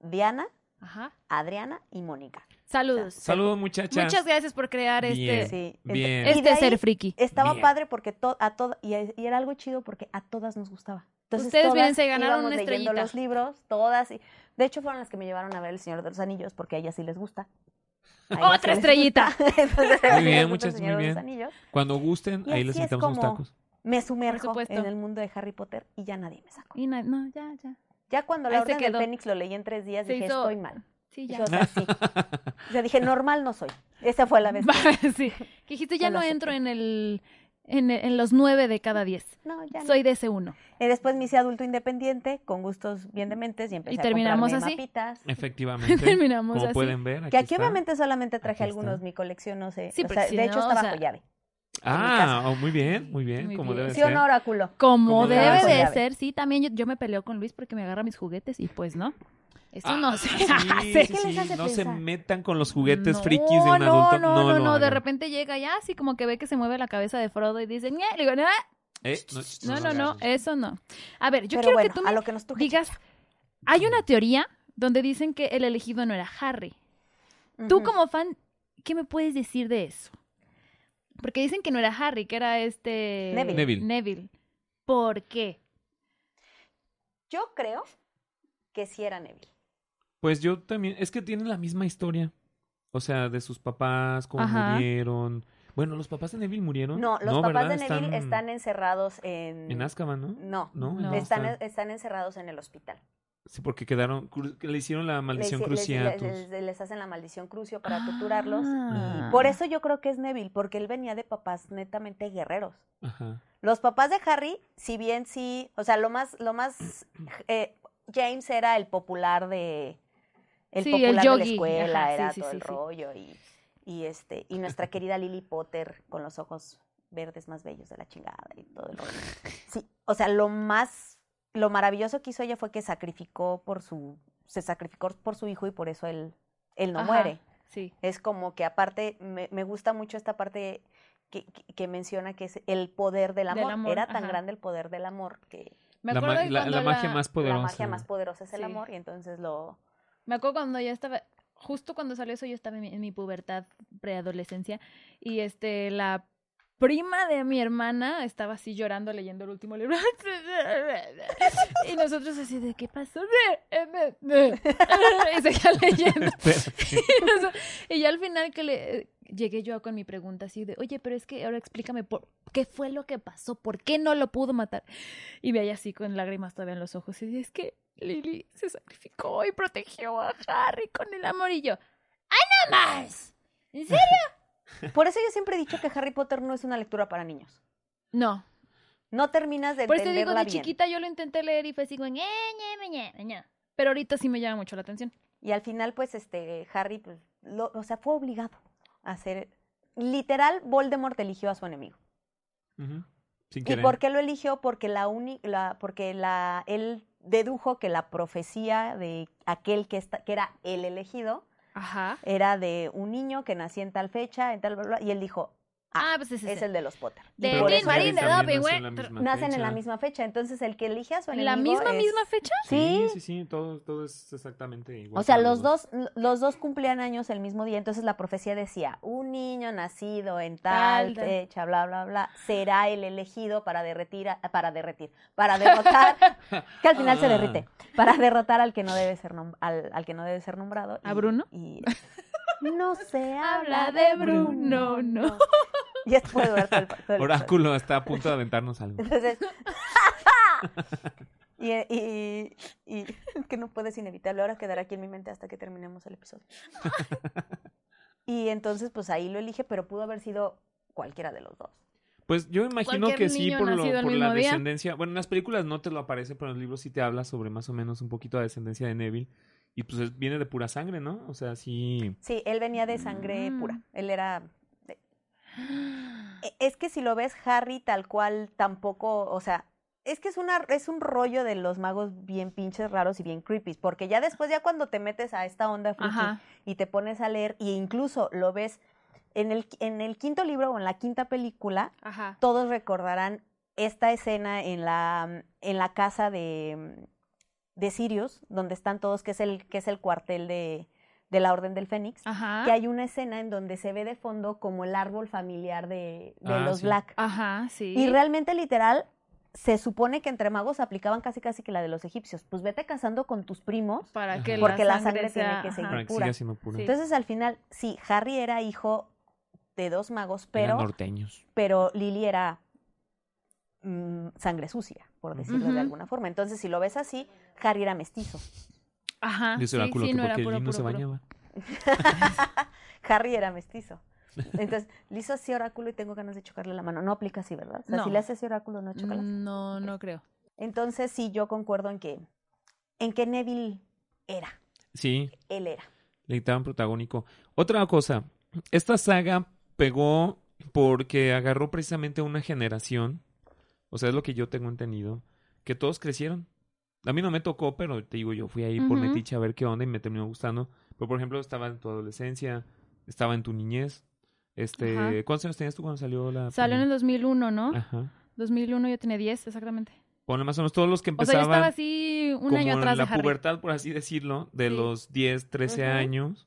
S3: Diana,
S2: Ajá.
S3: Adriana y Mónica.
S2: Saludos.
S1: Saludos, muchachas.
S2: Muchas gracias por crear
S1: Bien.
S2: este,
S3: Sí.
S1: Bien.
S3: Ent- y
S2: este
S3: de ahí
S2: ser friki.
S3: Estaba
S1: Bien.
S3: padre porque to- a todo y, y era algo chido porque a todas nos gustaba. Entonces
S2: Ustedes,
S3: todas
S2: miren, se ganaron
S3: íbamos
S2: una
S3: leyendo
S2: estrellita.
S3: los libros, todas. y- de hecho fueron las que me llevaron a ver El Señor de los Anillos porque a ellas sí les gusta. A ellas
S2: Otra
S3: sí les
S2: estrellita.
S3: gusta. Entonces, a
S1: Muy
S3: ellas
S1: bien,
S3: les gusta El
S1: muchachos,
S3: Señor
S1: muy
S3: de los
S1: bien.
S3: Anillos.
S1: Cuando gusten,
S3: Y
S1: ahí les
S3: así es
S1: invitamos unos
S3: como-
S1: tacos.
S3: Me sumerjo
S2: supuesto.
S3: en el mundo de Harry Potter y ya nadie me sacó.
S2: Y na- no, ya, ya.
S3: Ya cuando la
S2: Ahí se
S3: Orden del
S2: quedó.
S3: Fénix lo leí en tres días
S2: Se
S3: dije,
S2: hizo-
S3: estoy mal.
S2: Sí,
S3: Dije,
S2: ya.
S3: o sea, sí. O sea, dije, normal no soy. Esa fue la vez. que-
S2: sí. Que dijiste, ya
S3: Me lo
S2: no
S3: acepté.
S2: entro en el, en, el- en los nueve de cada diez.
S3: No, ya no.
S2: Soy de ese uno.
S3: Y después me hice adulto independiente, con gustos bien dementes, y empecé a
S2: terminamos
S3: comprarme
S2: así.
S3: mapitas.
S1: Efectivamente.
S2: Terminamos
S1: Como
S2: así.
S1: pueden ver, aquí
S3: Que aquí
S1: está.
S3: obviamente solamente traje
S1: Aquí está.
S3: algunos, mi colección no sé.
S2: Sí,
S3: o
S2: porque
S3: sea,
S2: si
S3: de hecho
S2: no, o
S3: estaba
S2: sea,
S3: con llave.
S1: Ah, oh, muy bien, muy bien,
S2: Muy
S1: como
S2: bien.
S1: debe
S3: ¿Sí
S1: ser. Ah,
S3: o no, oráculo?
S2: Como
S1: Como
S2: debe
S1: debe
S2: de
S3: ser.
S2: ser, sí, también yo, yo me peleo con Luis porque me agarra mis juguetes y pues no. Eso
S1: Ah,
S2: no se
S1: sí,
S2: hace.
S1: sí,
S3: ¿Qué les
S1: sí,
S3: hace
S1: No se
S3: pensar?
S1: metan con los juguetes
S2: No,
S1: frikis de un
S2: no,
S1: adulto.
S2: No, no, no,
S1: lo
S2: de
S1: hagan.
S2: repente llega ya así como que ve que se mueve la cabeza de Frodo y dice, "Ñe", le digo, "Nah,
S1: Eh,
S2: no,
S1: lo
S2: no, no,
S1: hagan.
S2: eso no. A ver, yo
S3: Pero
S2: quiero
S3: bueno,
S2: que tú
S3: a
S2: me
S3: lo que nos truje,
S2: digas, hay una teoría donde dicen que el elegido no era Harry.
S3: chica.
S2: Tú
S3: Ujú.
S2: como fan, ¿qué me puedes decir de eso? Porque dicen que no era Harry, que era este...
S3: Neville.
S1: Neville.
S2: ¿Por qué?
S3: Yo creo que sí era Neville.
S1: Pues yo también, es que tienen la misma historia. O sea, de sus papás, cómo
S2: Ajá.
S1: murieron. Bueno, los papás de Neville murieron.
S3: No, los papás
S1: ¿verdad?
S3: de Neville están, encerrados en...
S1: en Azkaban, ¿no?
S3: No,
S1: No, en
S2: No.
S3: Están,
S1: Azkaban.
S3: están encerrados en el hospital.
S1: Sí, porque quedaron, cru- que le hicieron la
S3: Les,
S1: maldición
S3: les- les,
S1: cruciatus.
S3: les- les hacen la maldición crucio para torturarlos.
S2: Ah.
S3: Por eso yo creo que es Neville, porque él venía de papás netamente guerreros.
S1: Ajá.
S3: Los papás de Harry, si bien sí, o sea, lo más, lo más, eh, James era el popular de, el
S2: Sí, el
S3: popular de la
S2: yogui,
S3: escuela,
S2: ajá, sí,
S3: era
S2: sí,
S3: todo
S2: sí,
S3: el
S2: sí.
S3: rollo y, y este, y nuestra querida Lily Potter con los ojos verdes más bellos de la chingada y todo el rollo. Sí, o sea, lo más, lo maravilloso que hizo ella fue que sacrificó por su, se sacrificó por su hijo y por eso él, él no
S2: Ajá.
S3: muere.
S2: Sí.
S3: Es como que aparte, me, me gusta mucho esta parte que, que- que menciona que es el poder del
S2: Del
S3: amor.
S2: amor,
S3: Era tan
S2: ajá.
S3: grande el poder del amor que
S2: Me
S1: la,
S2: acuerdo
S1: ma-
S2: que
S1: la-
S2: cuando
S1: la magia más poderosa.
S3: la magia más poderosa es el
S2: Sí.
S3: amor y entonces lo...
S2: Me acuerdo cuando ya estaba, justo cuando salió eso, yo estaba en mi, en mi pubertad, preadolescencia, y este, la prima de mi hermana estaba así llorando leyendo el último libro. y nosotros así de, ¿qué pasó? y seguía leyendo. Y nos- y ya al final que le eh, llegué yo con mi pregunta así de, oye, pero es que ahora explícame por qué fue lo que pasó, por qué no lo pudo matar. Y veía así con lágrimas todavía en los ojos y dije, es que Lily se sacrificó y protegió a Harry con el amor y yo, ¡ay, no más! ¿En serio?
S3: Por eso yo siempre he dicho que Harry Potter no es una lectura para niños.
S2: No.
S3: No terminas de
S2: Por eso digo,
S3: entenderla
S2: de
S3: bien.
S2: chiquita yo lo intenté leer y fue así como, "Ñe, Ñe, Ñe, Ñe, Ñe". pero ahorita sí me llama mucho la atención.
S3: Y al final, pues, este, Harry, pues, lo- o sea, fue obligado a hacer... Literal, Voldemort eligió a su enemigo.
S1: Ujú. Sin
S3: ¿Y
S1: querer.
S3: por qué lo eligió? Porque la uni- la, porque la, él dedujo que la profecía de aquel que, esta- que era el elegido
S2: Ajá.
S3: era de un niño que nacía en tal fecha, en tal, bla, bla, y él dijo,
S2: Ah, pues ese
S3: es el de los Potter.
S2: De
S3: Y
S1: Pero
S3: por
S2: Tin
S1: Neville
S3: eso
S1: también
S2: Marín, de
S1: nació en
S2: Dobby, güey.
S1: la misma
S3: nacen en la
S1: fecha.
S3: misma fecha, entonces el que elige a su enemigo
S2: ¿La misma,
S3: es-
S2: misma fecha?
S1: Sí,
S3: Sí.
S1: sí, sí, todo, todo es exactamente igual.
S3: O sea,
S1: para
S3: los dos, los dos cumplían años el mismo día, entonces la profecía decía, un niño nacido en
S2: Tal
S3: tal
S2: de-
S3: fecha, bla, bla, bla, será el elegido para derretir, a- para derretir, para derrotar, que al final se
S1: Ah.
S3: derrite, para derrotar al que no debe ser, nom- al, al que no debe ser nombrado.
S2: ¿A Bruno?
S3: y- no se
S2: Habla de Bruno, no.
S3: Y esto puede durar todo el- todo el-
S1: Oráculo está a punto de aventarnos algo.
S3: Entonces. y, y- y- es que no puedes inevitable. Ahora quedará aquí en mi mente hasta que terminemos el episodio. y entonces, pues ahí lo elige, pero pudo haber sido cualquiera de los dos.
S1: Pues yo imagino que
S2: Cualquier
S1: sí,
S2: niño
S1: por, lo-
S2: nacido el
S1: por la
S2: mismo día.
S1: descendencia. Bueno, en las películas no te lo aparece, pero en los libros sí te habla sobre más o menos un poquito la descendencia de Neville. Y pues es- viene de pura sangre, ¿no? O sea, sí.
S3: Sí, él venía de sangre
S2: Mm.
S3: pura. Él era. e- Es que si lo ves, Harry tal cual tampoco. O sea. Es que es, una, es un rollo de los magos bien pinches raros y bien creepy, porque ya después, ya cuando te metes a esta onda friki,
S2: Ajá.
S3: y te pones a leer y incluso lo ves en el, en el quinto libro o en la quinta película,
S2: Ajá.
S3: todos recordarán esta escena en la, en la casa de, de Sirius, donde están todos, que es el, que es el cuartel de, de la Orden del Fénix,
S2: Ajá.
S3: que hay una escena en donde se ve de fondo como el árbol familiar de, de
S1: Ah,
S3: los
S1: sí.
S3: Black.
S2: Ajá, sí.
S3: Y realmente literal... Se supone que entre magos aplicaban casi casi que la de los egipcios. Pues vete casando con tus primos
S2: para
S1: Ajá.
S2: que
S3: Porque
S2: la
S3: la
S2: sangre,
S3: sangre tiene
S2: sea-
S3: que
S2: ajá.
S3: seguir.
S1: Para que
S3: Ah, pura.
S1: siga siendo pura.
S2: Sí. Eran
S3: Entonces al final, sí, Harry era hijo de dos magos, pero,
S1: norteños.
S3: pero Lily era mm, sangre sucia, por decirlo
S2: Ujú.
S3: de alguna forma. Entonces, si lo ves así, Harry era mestizo.
S2: Ajá.
S1: Dice
S2: Ah, sí,
S1: Oráculo
S2: sí,
S1: que
S2: no era
S1: porque
S2: puro,
S1: allí no
S2: puro,
S1: se
S2: puro.
S1: bañaba.
S3: Harry era mestizo. Entonces, le hizo así oráculo y tengo ganas de chocarle la mano. No aplica así, ¿verdad? O sea,
S2: No. Mm.
S3: si le hace así oráculo, no chocalas.
S2: No, no
S1: Ah,
S2: creo.
S3: Entonces, sí, yo concuerdo en que, en que Neville era.
S1: Sí,
S3: Él era.
S1: le gritaban protagónico. Otra cosa, esta saga pegó porque agarró precisamente una generación, o sea, es lo que yo tengo entendido, que todos crecieron. A mí no me tocó, pero te digo, yo fui ahí por
S2: Ujú.
S1: metiche a ver qué onda y me terminó gustando. Pero, por ejemplo, estaba en tu adolescencia, estaba en tu niñez. Este,
S2: Ajá.
S1: ¿cuántos años tenías tú cuando salió la
S2: Salió en el
S1: primera?
S2: 2001, ¿no?
S1: Ajá.
S2: 2001 yo tenía 10, exactamente.
S1: Ponle más o menos todos los que
S2: O sea, yo
S1: empezaban
S2: estaba así un
S1: como
S2: año
S1: en
S2: atrás de
S1: la
S2: Harry.
S1: pubertad, por así decirlo, de
S2: Sí.
S1: los 10, 13
S3: Ujú.
S1: años.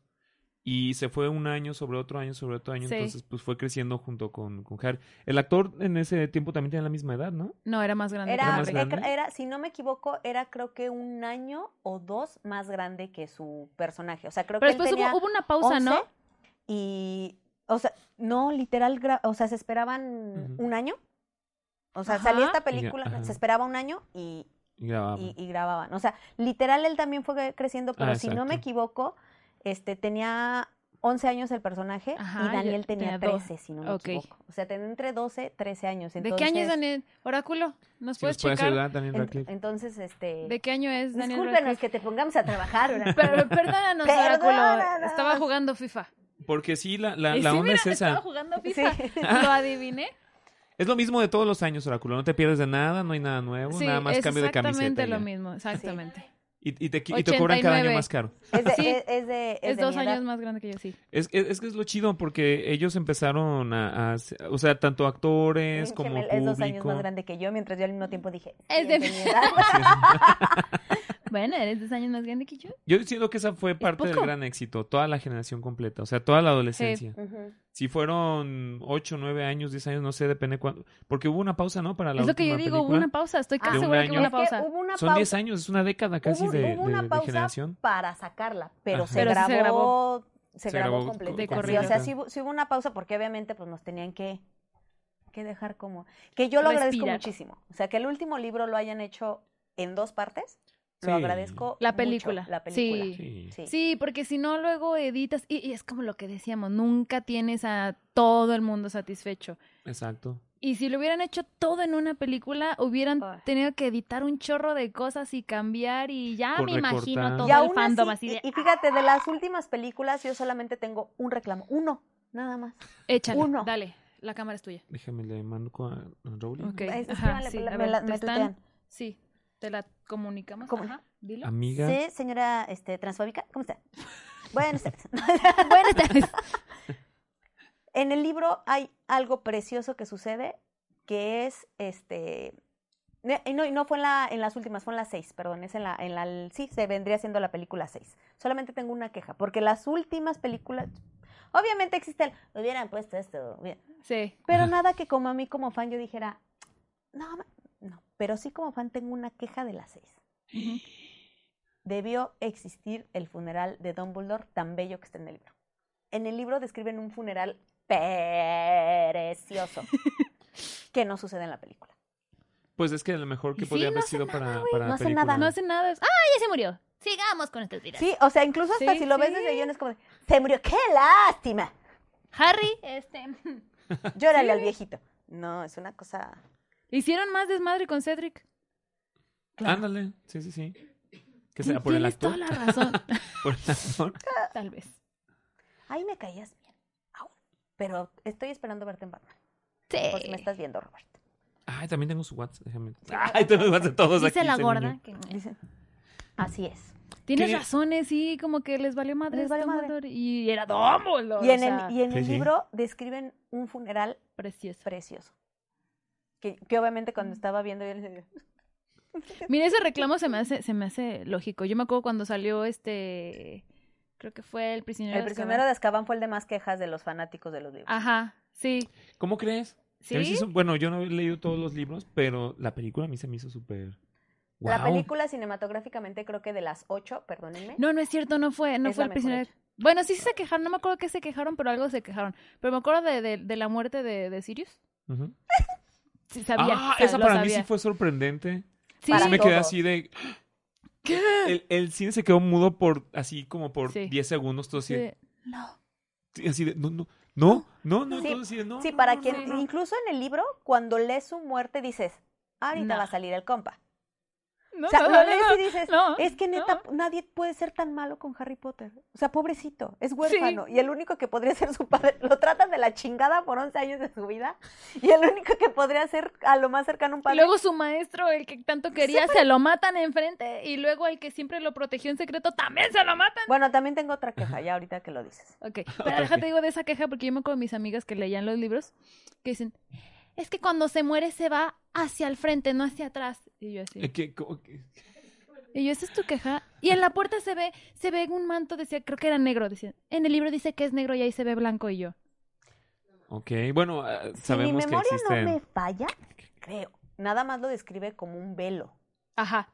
S1: Y se fue un año sobre otro año sobre otro año.
S2: Sí.
S1: Entonces, pues fue creciendo junto con, con Harry. El actor en ese tiempo también tenía la misma edad, ¿no?
S2: No, era más grande. que
S3: Era, eh,
S1: más
S2: Harry.
S1: grande.
S3: era- era- si no me equivoco, era creo que un año o dos más grande que su personaje. O sea, creo
S2: Pero
S3: que él
S2: después hubo-
S3: tenía
S2: hubo, una pausa,
S3: 11,
S2: ¿no?
S3: Y, o sea, no, literal, gra- o sea, se esperaban
S1: Ujú.
S3: un año. O sea,
S2: Ajá.
S3: salió esta
S1: ya-
S3: película,
S1: ajá.
S3: se esperaba un año y,
S1: Y grababa.
S3: y, y grababan. O sea, literal él también fue cre- creciendo, pero
S1: Ah,
S3: si no
S1: exacto.
S3: me equivoco, este tenía 11 años el personaje
S2: Ajá,
S3: y
S2: yo
S3: Daniel tenía,
S2: tenía doce.
S3: 13, si no me
S2: Ok.
S3: equivoco. O sea, tenía entre 12, 13 años.
S2: ¿De qué año es
S3: entonces-
S2: Daniel? Oráculo, ¿nos
S1: Si nos
S2: puedes
S1: puede
S2: checar?
S1: ayudar, Daniel
S3: en-
S1: Radcliffe.
S3: entonces, este...
S2: ¿De qué año es Pues, Daniel
S3: Discúlpenos
S2: Radcliffe?
S3: que te pongamos a trabajar. Oráculo.
S2: Pero, perdónanos, Oráculo.
S3: Perdónanos.
S2: Estaba jugando FIFA.
S1: Porque sí, la, la,
S2: Y
S1: la
S2: Eh, sí,
S1: onda
S2: mira,
S1: es
S2: Estaba
S1: esa.
S2: jugando
S3: Sí.
S2: FIFA. Lo adiviné.
S1: Es lo mismo de todos los años, Oráculo. No te pierdes de nada, no hay nada nuevo,
S2: Sí,
S1: nada más
S2: es
S1: cambio de camiseta.
S2: exactamente
S1: y
S2: lo
S1: ya.
S2: mismo. Exactamente.
S1: Y, y te, qui- y te cobran cada año
S2: 89.
S1: más caro.
S3: Es de,
S2: Sí.
S3: es, es de, es
S2: Es
S3: de
S2: dos
S3: mi edad.
S2: años más grande que yo, sí.
S1: Es, es, es que es lo chido porque ellos empezaron a, a hacer- o sea, tanto actores
S3: Pinche
S1: como
S3: Mel,
S1: público.
S3: es dos años más grande que yo, mientras yo al mismo tiempo dije, sí,
S2: Es de mi
S3: mi edad.
S2: Bueno, eres dos años más grande que yo.
S1: Yo siento que esa fue parte del
S2: poco.
S1: gran éxito, toda la generación completa, o sea, toda la adolescencia.
S3: Ujú.
S1: Si fueron 8, 9 años, 10 años, no sé, depende cuándo. Porque hubo una pausa, ¿no? Para la
S2: es lo que yo
S1: última
S2: digo, hubo
S1: película.
S2: una pausa. Estoy casi
S1: Ah,
S2: segura
S1: de
S2: que
S1: un
S2: hubo una
S1: año.
S3: Es que
S2: pausa.
S3: hubo una
S1: Son
S3: pausa-
S1: 10 años, es una década casi
S3: hubo-
S1: de,
S3: hubo una
S1: de- de
S3: pausa
S1: generación.
S3: para sacarla, pero
S1: Ajá.
S3: se
S2: Pero sí
S3: grabó,
S2: se
S3: se grabó,
S1: Se grabó
S3: completita.
S2: co-
S3: Sí, o sea,
S1: completa.
S3: sí, hubo- sí hubo una pausa porque obviamente pues nos tenían que, que dejar como... Que yo lo agradezco
S2: Respirar.
S3: muchísimo. O sea, que el último libro lo hayan hecho en dos partes, lo
S1: Sí.
S3: agradezco
S2: La
S3: mucho,
S2: película.
S3: la película.
S2: Sí.
S1: Sí.
S3: Sí.
S2: Sí, porque si no, luego editas. Y, y es como lo que decíamos, nunca tienes a todo el mundo satisfecho.
S1: Exacto.
S2: Y si lo hubieran hecho todo en una película, hubieran
S3: Ay.
S2: tenido que editar un chorro de cosas y cambiar. Y ya
S1: Con
S2: me imagino a
S1: recortar.
S2: todo
S3: Y
S2: el
S3: aún
S2: fandom
S3: así, eh,
S2: así de. "Ah".
S3: y, y fíjate, de las últimas películas yo solamente tengo un reclamo, uno, nada más.
S2: Échale,
S3: uno.
S2: dale, la cámara es tuya.
S1: Déjame le mando a, a Rowling.
S2: Ok,
S3: Es-
S2: ajá,
S3: espérale,
S2: sí,
S3: me
S2: a
S3: la-
S2: ver,
S3: me
S2: Tristán,
S3: tuitean.
S2: Sí, te la comunicamos.
S3: ¿Cómo?
S2: Ajá, dilo.
S1: Amiga.
S3: Sí, señora este, transfóbica, ¿cómo está? Bueno,
S2: Buenas tardes.
S3: en el libro hay algo precioso que sucede, que es este... ne- Y no, y no fue en, la, en las últimas, fue en las seis, perdón, es en la, en la... Sí, se vendría siendo la película seis. Solamente tengo una queja, porque las últimas películas... Obviamente existen, hubieran puesto esto, hubiera-
S2: Sí.
S3: Pero
S1: Ajá.
S3: nada que como a mí como fan yo dijera, no, ma- no, pero sí como fan tengo una queja de las seis.
S2: ujú.
S3: Debió existir el funeral de Dumbledore tan bello que está en el libro. En el libro describen un funeral precioso que no sucede en la película.
S1: Pues es que a lo mejor que
S2: Sí,
S1: podría
S2: no
S1: haber
S2: hace
S1: sido para, para
S3: No
S1: la
S3: hace
S1: película.
S3: nada.
S2: No hace nada. es- ¡Ah, ya se murió! Sigamos con estas vidas.
S3: Sí, o sea, incluso hasta
S2: Sí,
S3: si lo ves
S2: sí.
S3: desde guiones como, de, se murió, qué lástima.
S2: Harry, este.
S3: Llórale al viejito. No, es una cosa...
S2: Hicieron más desmadre con Cedric.
S1: Ándale, sí, sí, sí. Que sea por el
S2: Mm, Tienes
S1: actor.
S2: toda la razón.
S1: Por el actor.
S2: Tal vez.
S3: Ahí me caías bien. Au. Pero estoy esperando verte en Batman. Por si me estás viendo, Robert.
S1: Ay, también tengo su WhatsApp, déjame. Ay, tengo el WhatsApp de todos
S2: Dice
S1: aquí,
S2: la
S1: según
S2: gorda
S1: yo.
S2: que.
S3: Dice, Así es.
S2: Tienes
S1: ¿Qué?
S2: razones, sí, como que les valió madre. este
S3: Les valió madre.
S2: Dumbledore, Y era Dumbledore.
S3: Y en
S2: o
S3: el,
S2: sea,
S3: y en el
S1: Sí, sí.
S3: libro describen un funeral
S2: Precioso.
S3: precioso. Que, que obviamente
S2: Mm.
S3: cuando estaba viendo yo le decía,
S2: Mira, ese reclamo se me hace, se me hace lógico. Yo me acuerdo cuando salió este. Creo que fue el prisionero.
S3: el
S2: de Azkaban.
S3: prisionero de Azkaban fue el de más quejas de los fanáticos de los libros.
S2: Ajá, sí.
S1: ¿Cómo crees? A mí
S2: ¿Sí?
S1: sí son- bueno, yo no he leído todos los libros, pero la película a mí se me hizo súper.
S3: La
S1: Guau.
S3: película cinematográficamente creo que de las ocho, perdónenme.
S2: No, no es cierto, no fue, no
S3: Es
S2: fue
S3: la
S2: el
S3: mejor
S2: prisionero.
S3: hecha.
S2: Bueno, sí se quejaron, no me acuerdo qué se quejaron, pero algo se quejaron. Pero me acuerdo de, de, de la muerte de, de Sirius.
S1: Ujú.
S2: Sí, sabía.
S1: ah,
S2: sa-
S1: esa
S2: lo
S1: para mí
S2: sabía.
S1: sí fue sorprendente.
S2: Sí,
S3: Para
S1: Sí, me quedé
S3: todos.
S1: así de.
S2: ¿Qué?
S1: El, el cine se quedó mudo por así como por
S2: Sí.
S1: 10 segundos, todo así,
S2: Sí.
S1: de-
S2: No.
S1: así de. No, no, no, no, no,
S3: Sí,
S1: todo así de, no,
S3: sí,
S1: no,
S3: para
S1: no,
S3: quien,
S1: no, no.
S3: incluso en el libro, cuando lees su muerte dices, ahorita
S2: No.
S3: va a salir el compa.
S2: No,
S3: o sea,
S2: no,
S3: lo
S2: no,
S3: lees
S2: no,
S3: y dices,
S2: no,
S3: es que neta,
S2: no.
S3: nadie puede ser tan malo con Harry Potter. O sea, pobrecito, es huérfano. Y el único que podría ser su padre, lo tratan de la chingada por 11 años de su vida. Y el único que podría ser a lo más cercano un
S2: Y
S3: padre.
S2: luego su maestro, el que tanto quería, se lo matan enfrente. Y luego el que siempre lo protegió en secreto, también se lo matan.
S3: Bueno, también tengo otra queja, ya ahorita que lo dices.
S2: Ok, pero déjate digo de esa queja porque yo me acuerdo de mis amigas que leían los libros que dicen, es que cuando se muere se va hacia el frente, no hacia atrás. Y yo así.
S1: Eh, ¿qué- cómo que-
S2: Y yo, esa es tu queja. Y en la puerta se ve, se ve un manto, decía, creo que era negro, decía. En el libro dice que es negro y ahí se ve blanco y yo.
S1: Ok, bueno, eh,
S3: Si mi
S1: sabemos que
S3: memoria
S1: existen.
S3: no me falla, creo. Nada más lo describe como un velo.
S2: Ajá.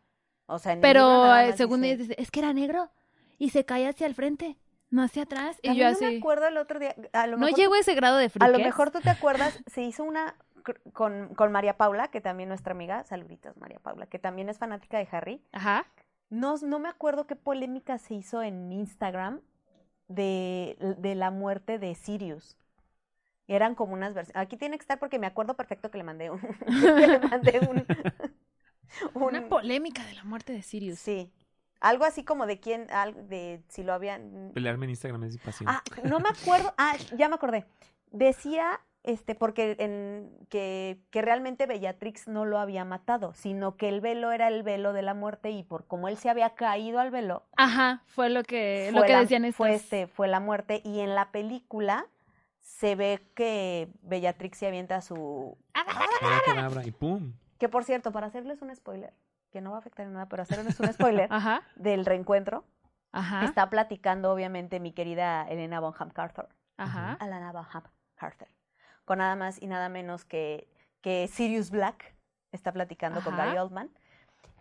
S3: O sea, en el libro
S2: Pero
S3: nada
S2: eh,
S3: más
S2: según
S3: dice-
S2: ellos dice, es que era negro y se cae hacia el frente, no hacia atrás. Y yo
S3: También no me
S2: así.
S3: acuerdo el otro día. A lo
S2: No
S3: mejor
S2: llego a ese grado de
S3: A
S2: friquez.
S3: lo mejor tú te acuerdas, se hizo una cr- con, con María Paula, que también nuestra amiga, saluditos María Paula, que también es fanática de Harry.
S2: Ajá.
S3: No, no me acuerdo qué polémica se hizo en Instagram de, de la muerte de Sirius. Eran como unas versiones. Aquí tiene que estar porque me acuerdo perfecto que le mandé un. que le mandé un.
S2: Una
S3: un-
S2: polémica de la muerte de Sirius.
S3: Sí. Algo así como de quién. al- de si lo habían.
S1: Pelearme en Instagram es pasión.
S3: Ah, no me acuerdo. Ah, ya me acordé. Decía, este, porque en, que, que realmente Bellatrix no lo había matado, sino que el velo era el velo de la muerte y por como él se había caído al velo,
S2: Ajá, fue lo que, Eh, lo
S3: fue
S2: que
S3: la-
S2: decían
S3: fue
S2: estos.
S3: este, fue la muerte. Y en la película se ve que Bellatrix se avienta su.
S1: Abracadabra, Y pum.
S3: Que por cierto, para hacerles un spoiler, que no va a afectar en nada, pero hacerles un spoiler
S2: Ajá,
S3: del reencuentro,
S2: ajá,
S3: está platicando obviamente mi querida Elena Bonham Carter.
S2: ajá.
S3: a la navaja Carter. Con nada más y nada menos que, que Sirius Black está platicando con
S2: Ajá.
S3: Gary Oldman.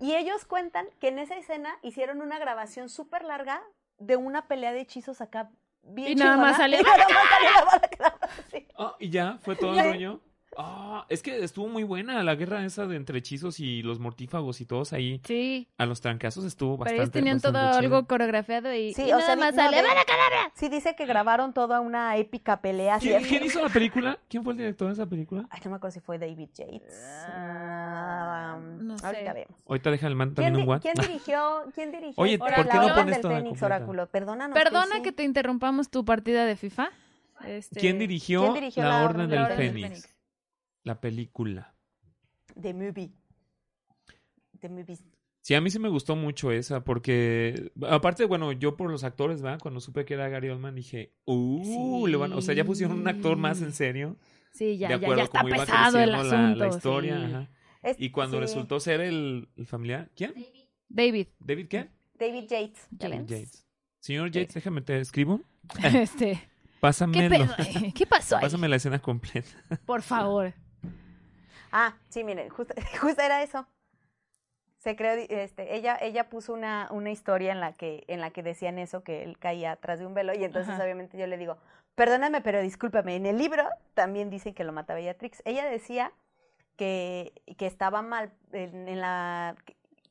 S3: Y ellos cuentan que en esa escena hicieron una grabación súper larga de una pelea de hechizos acá. Bien
S2: Y nada más
S3: chingona.
S2: salió-
S3: Y nada más salió la bala que daba así.
S1: Ah, y ya, fue todo
S3: Ya.
S1: el rollo. Ah, es que estuvo muy buena la guerra esa de entre hechizos y los mortífagos y todos ahí.
S2: Sí,
S1: A los trancazos estuvo
S2: pero
S1: bastante.
S2: ellos tenían todo
S1: bastante chido.
S2: algo coreografiado y,
S3: Sí,
S2: y
S3: o
S2: nada
S3: sea, di-
S2: más
S3: no,
S2: sale,
S3: de-
S2: "¡Ve la cadabra!".
S3: Sí, dice que grabaron toda una épica pelea. así
S1: ¿Quién,
S3: de-
S1: quién hizo la película? ¿Quién fue el director de esa película?
S3: Ay, no me acuerdo si fue David Yates.
S2: Ah,
S3: Mm,
S2: no sé.
S3: Ahorita vemos.
S1: Ahorita deja el man
S3: ¿Quién,
S1: también un
S3: di-
S1: what.
S3: quién dirigió? ¿Quién dirigió?
S1: Oye,
S3: este,
S2: ¿por
S3: la
S2: qué no
S3: Orden
S1: pones
S3: del
S1: toda
S3: Fénix,
S1: completa?
S3: Oráculo? Perdónanos.
S2: Perdona
S3: Casey.
S2: que te interrumpamos tu partida de FIFA. Este,
S1: ¿Quién dirigió,
S3: ¿Quién dirigió
S1: La
S3: La
S1: Orden
S3: Orden
S1: del
S2: La Orden
S1: Fénix? La película.
S3: The Movie. The Movie.
S1: Sí, a mí sí me gustó mucho esa, porque aparte, bueno, yo por los actores, ¿verdad? Cuando supe que era Gary Oldman, dije, uh, le van- o sea, ya pusieron un actor más en serio,
S2: Sí, ya,
S1: de
S2: ya,
S1: acuerdo
S2: ya
S1: a
S2: está
S1: cómo iba
S2: pesado el
S1: creciendo
S2: asunto.
S1: la, la historia.
S2: sí.
S1: ajá.
S3: Es-
S1: Y cuando
S3: sí,
S1: resultó ser el, el familiar, ¿quién?
S2: David,
S1: ¿David qué?
S2: Mm,
S3: David Yates. ¿ya
S2: James.
S3: ven?
S1: Yates. Señor Yates, déjame te escribo.
S2: este, ¿qué
S1: Pásamelo.
S2: pedo? eh? ¿Qué pasó ahí?
S1: Pásame la escena completa.
S2: Por favor.
S3: Ah, sí, miren, justo, justo era eso. Se creó, di- este, ella, ella puso una, una historia en la que, en la que decían eso, que él caía atrás de un velo, y entonces
S2: Ajá.
S3: obviamente yo le digo, perdóname, pero discúlpame, en el libro también dicen que lo mata Bellatrix. Ella decía que, que estaba mal, en, en la,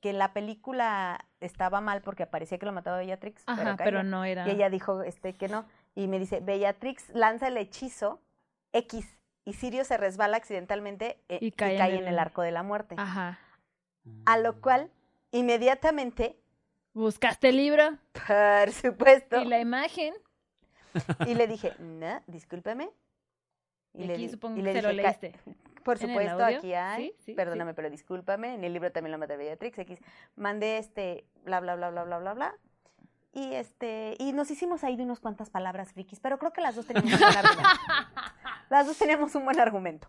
S3: que en la película estaba mal porque parecía que lo mataba Bellatrix.
S2: Ajá,
S3: caía.
S2: pero no era.
S3: Y ella dijo este, que no. Y me dice, Bellatrix lanza el hechizo X y Sirio se resbala accidentalmente eh,
S2: Y
S3: y,
S2: cae
S3: cae
S2: en
S3: en,
S2: el-
S3: el arco de la muerte.
S2: Ajá.
S3: A lo cual, inmediatamente,
S2: Buscaste el libro
S3: por supuesto,
S2: y la imagen.
S3: y le dije, no, discúlpeme.
S2: Y aquí
S3: di-
S2: supongo
S3: y
S2: que se lo
S3: dije, "Ca-
S2: leíste.
S3: Por
S2: en el
S3: supuesto,
S2: audio,
S3: aquí hay,
S2: sí, sí, sí.
S3: perdóname, pero discúlpame, en el libro también lo mata Bellatrix, X, mandé este, bla, bla, bla, bla, bla, bla, bla, y este, y nos hicimos ahí de unas cuantas palabras frikis, pero creo que las dos teníamos un buen argumento. Las dos teníamos un buen argumento.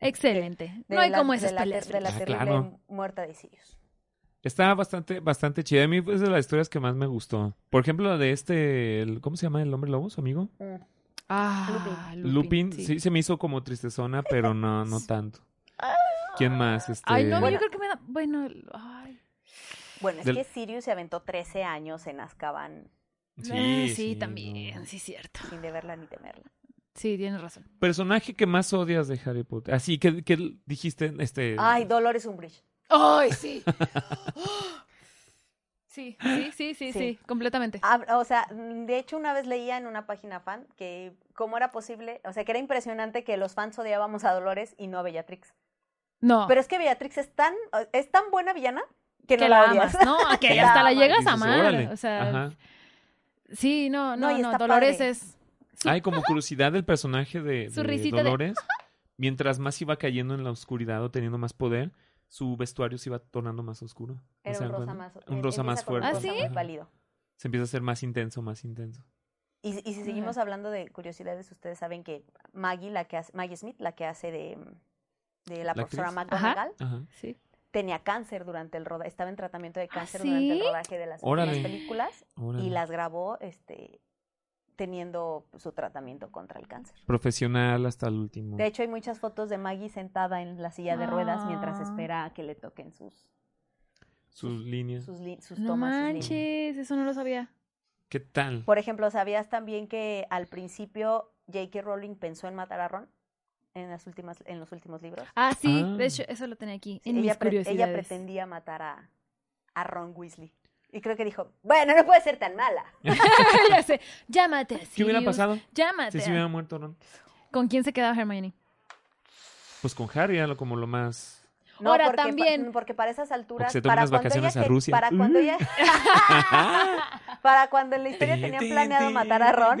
S2: Excelente.
S3: de
S2: no hay
S3: la-
S2: como
S3: de
S2: esas
S3: la ter-
S2: peleas.
S3: De la
S1: Ah,
S3: terrible
S1: claro.
S3: muerta de Sirius.
S1: Está bastante, bastante chida. A mí pues, es de las historias que más me gustó. Por ejemplo, la de este, el- ¿cómo se llama el hombre lobo, su amigo?
S3: Mm.
S2: Ah, Lupin.
S1: Lupin, sí. este, se me hizo como tristezona, pero no, no tanto. ¿Quién más? Este...
S2: Ah. Ay, no, yo
S3: Bueno.
S2: creo que me da. Bueno, el- ay.
S3: Bueno, es
S1: Del-
S3: que Sirius se aventó 13 años en Azkaban
S2: Ah, sí,
S1: no.
S2: también. Sí, cierto.
S3: sin deberla ni temerla.
S2: Sí, tienes razón.
S1: Personaje que más odias de Harry Potter. Así que, que dijiste, este.
S3: Ay, Dolores Umbridge.
S2: ¡Ay, sí! sí, sí, sí, sí,
S3: Sí. Ah,
S2: sí, completamente.
S3: Hab- O sea, mm, de hecho una vez leía en una página fan que cómo era posible, o sea, que era impresionante que los fans odiábamos a Dolores y no a Bellatrix.
S2: No,
S3: Pero es que Bellatrix es tan, es tan buena villana Que no la odias.
S2: amas, ¿no? A que
S3: Que la
S2: hasta la
S3: amas.
S2: llegas a
S1: Dices,
S2: amar.
S1: "Órale".
S2: O sea,
S1: Ajá.
S2: sí, no,
S3: No,
S2: no,
S3: y
S2: no.
S3: está
S2: Dolores
S3: padre.
S2: es. su-
S1: Ay, como curiosidad del personaje de,
S2: Su
S1: de
S2: risita de-
S1: Dolores. Mientras más iba cayendo en la oscuridad o teniendo más poder, su vestuario se iba tornando más oscuro. ¿No
S3: Era
S1: se dan
S3: un rosa
S1: cuenta?
S3: más, e-
S1: Un rosa
S3: empieza
S1: más
S3: con un
S1: fuerte.
S2: ¿Ah,
S3: rosa
S2: sí?
S3: muy
S1: Ajá.
S3: pálido.
S1: Se empieza a ser más intenso, más intenso.
S3: Y, y si seguimos hablando de curiosidades, ustedes saben que Maggie, la que hace- Maggie Smith, la que hace de, mm, de la,
S1: ¿La
S3: profesora
S1: actriz?
S3: McGonagall,
S1: Ajá.
S2: Sí.
S3: tenía cáncer durante el rodaje, estaba en tratamiento de cáncer
S2: Ah, ¿sí?
S3: durante el rodaje de las, de las
S1: Órale.
S3: películas
S1: Órale.
S3: y las grabó este teniendo su tratamiento contra el cáncer.
S1: Profesional hasta el último.
S3: De hecho, hay muchas fotos de Maggie sentada en la silla de ruedas mientras
S2: Ah.
S3: espera a que le toquen sus,
S1: Sus líneas.
S3: sus, li- sus
S2: No
S3: tomas. sus líneas.
S2: manches, eso no lo sabía.
S1: ¿Qué tal?
S3: Por ejemplo, ¿sabías también que al principio J.K. Rowling pensó en matar a Ron en, las últimas, en los últimos libros?
S2: Ah, sí,
S1: Ah.
S2: de hecho, eso lo tenía aquí.
S3: Sí,
S2: en
S3: ella,
S2: mis
S3: pre-
S2: curiosidades.
S3: ella pretendía matar a, a Ron Weasley. Y creo que dijo, bueno, no puede ser tan mala.
S2: ya sé. Llámate.
S1: ¿Qué hubiera
S2: Sirius,
S1: pasado
S2: Llámate.
S1: si se hubiera muerto Ron?
S2: ¿Con quién se quedaba Hermione?
S1: Pues con Harry era lo- como lo más...
S3: No,
S2: Ahora,
S3: porque pa- mm,
S2: también-
S3: porque para esas alturas...
S1: Porque se toma
S3: para
S1: unas
S3: cuando
S1: vacaciones
S3: ella
S1: a
S3: que-
S1: Rusia. Mm.
S3: Para cuando,
S1: Uh.
S3: ella- para cuando en la historia tenían planeado matar a Ron.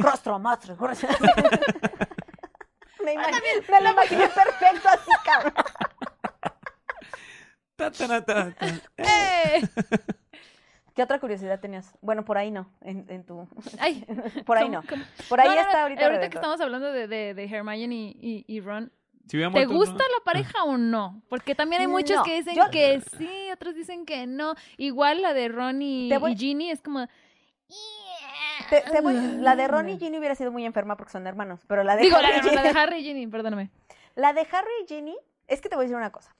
S3: Rostro, monstruo, rostro. me, imag- me lo imaginé perfecto así, cabrón.
S1: Ta, ta, ra, ta, ta.
S2: ¡Eh!
S3: ¿Qué otra curiosidad tenías? Bueno, por ahí no, en, en tu...
S2: Ay,
S3: Por ahí
S2: ¿cómo-
S3: no.
S2: cómo?
S3: Por ahí
S2: No, no, no,
S3: está ahorita.
S2: que
S3: Redentor.
S2: estamos hablando de, de, de Hermione y, y- y Ron,
S1: Si hubiera
S2: ¿te
S1: muerto
S2: gusta
S1: Ron-
S2: la pareja o no? Porque también hay muchos
S3: No,
S2: que dicen
S3: yo-
S2: que sí, otros dicen que no. Igual la de Ron y,
S3: Te voy-
S2: y Ginny es como...
S3: Te- te voy- la de Ron y Ginny hubiera sido muy enferma porque son hermanos, pero la de,
S2: Digo, la de,
S3: Harry, y Ginny-
S2: la de Harry y Ginny, perdóname.
S3: la de Harry y Ginny, es que te voy a decir una cosa.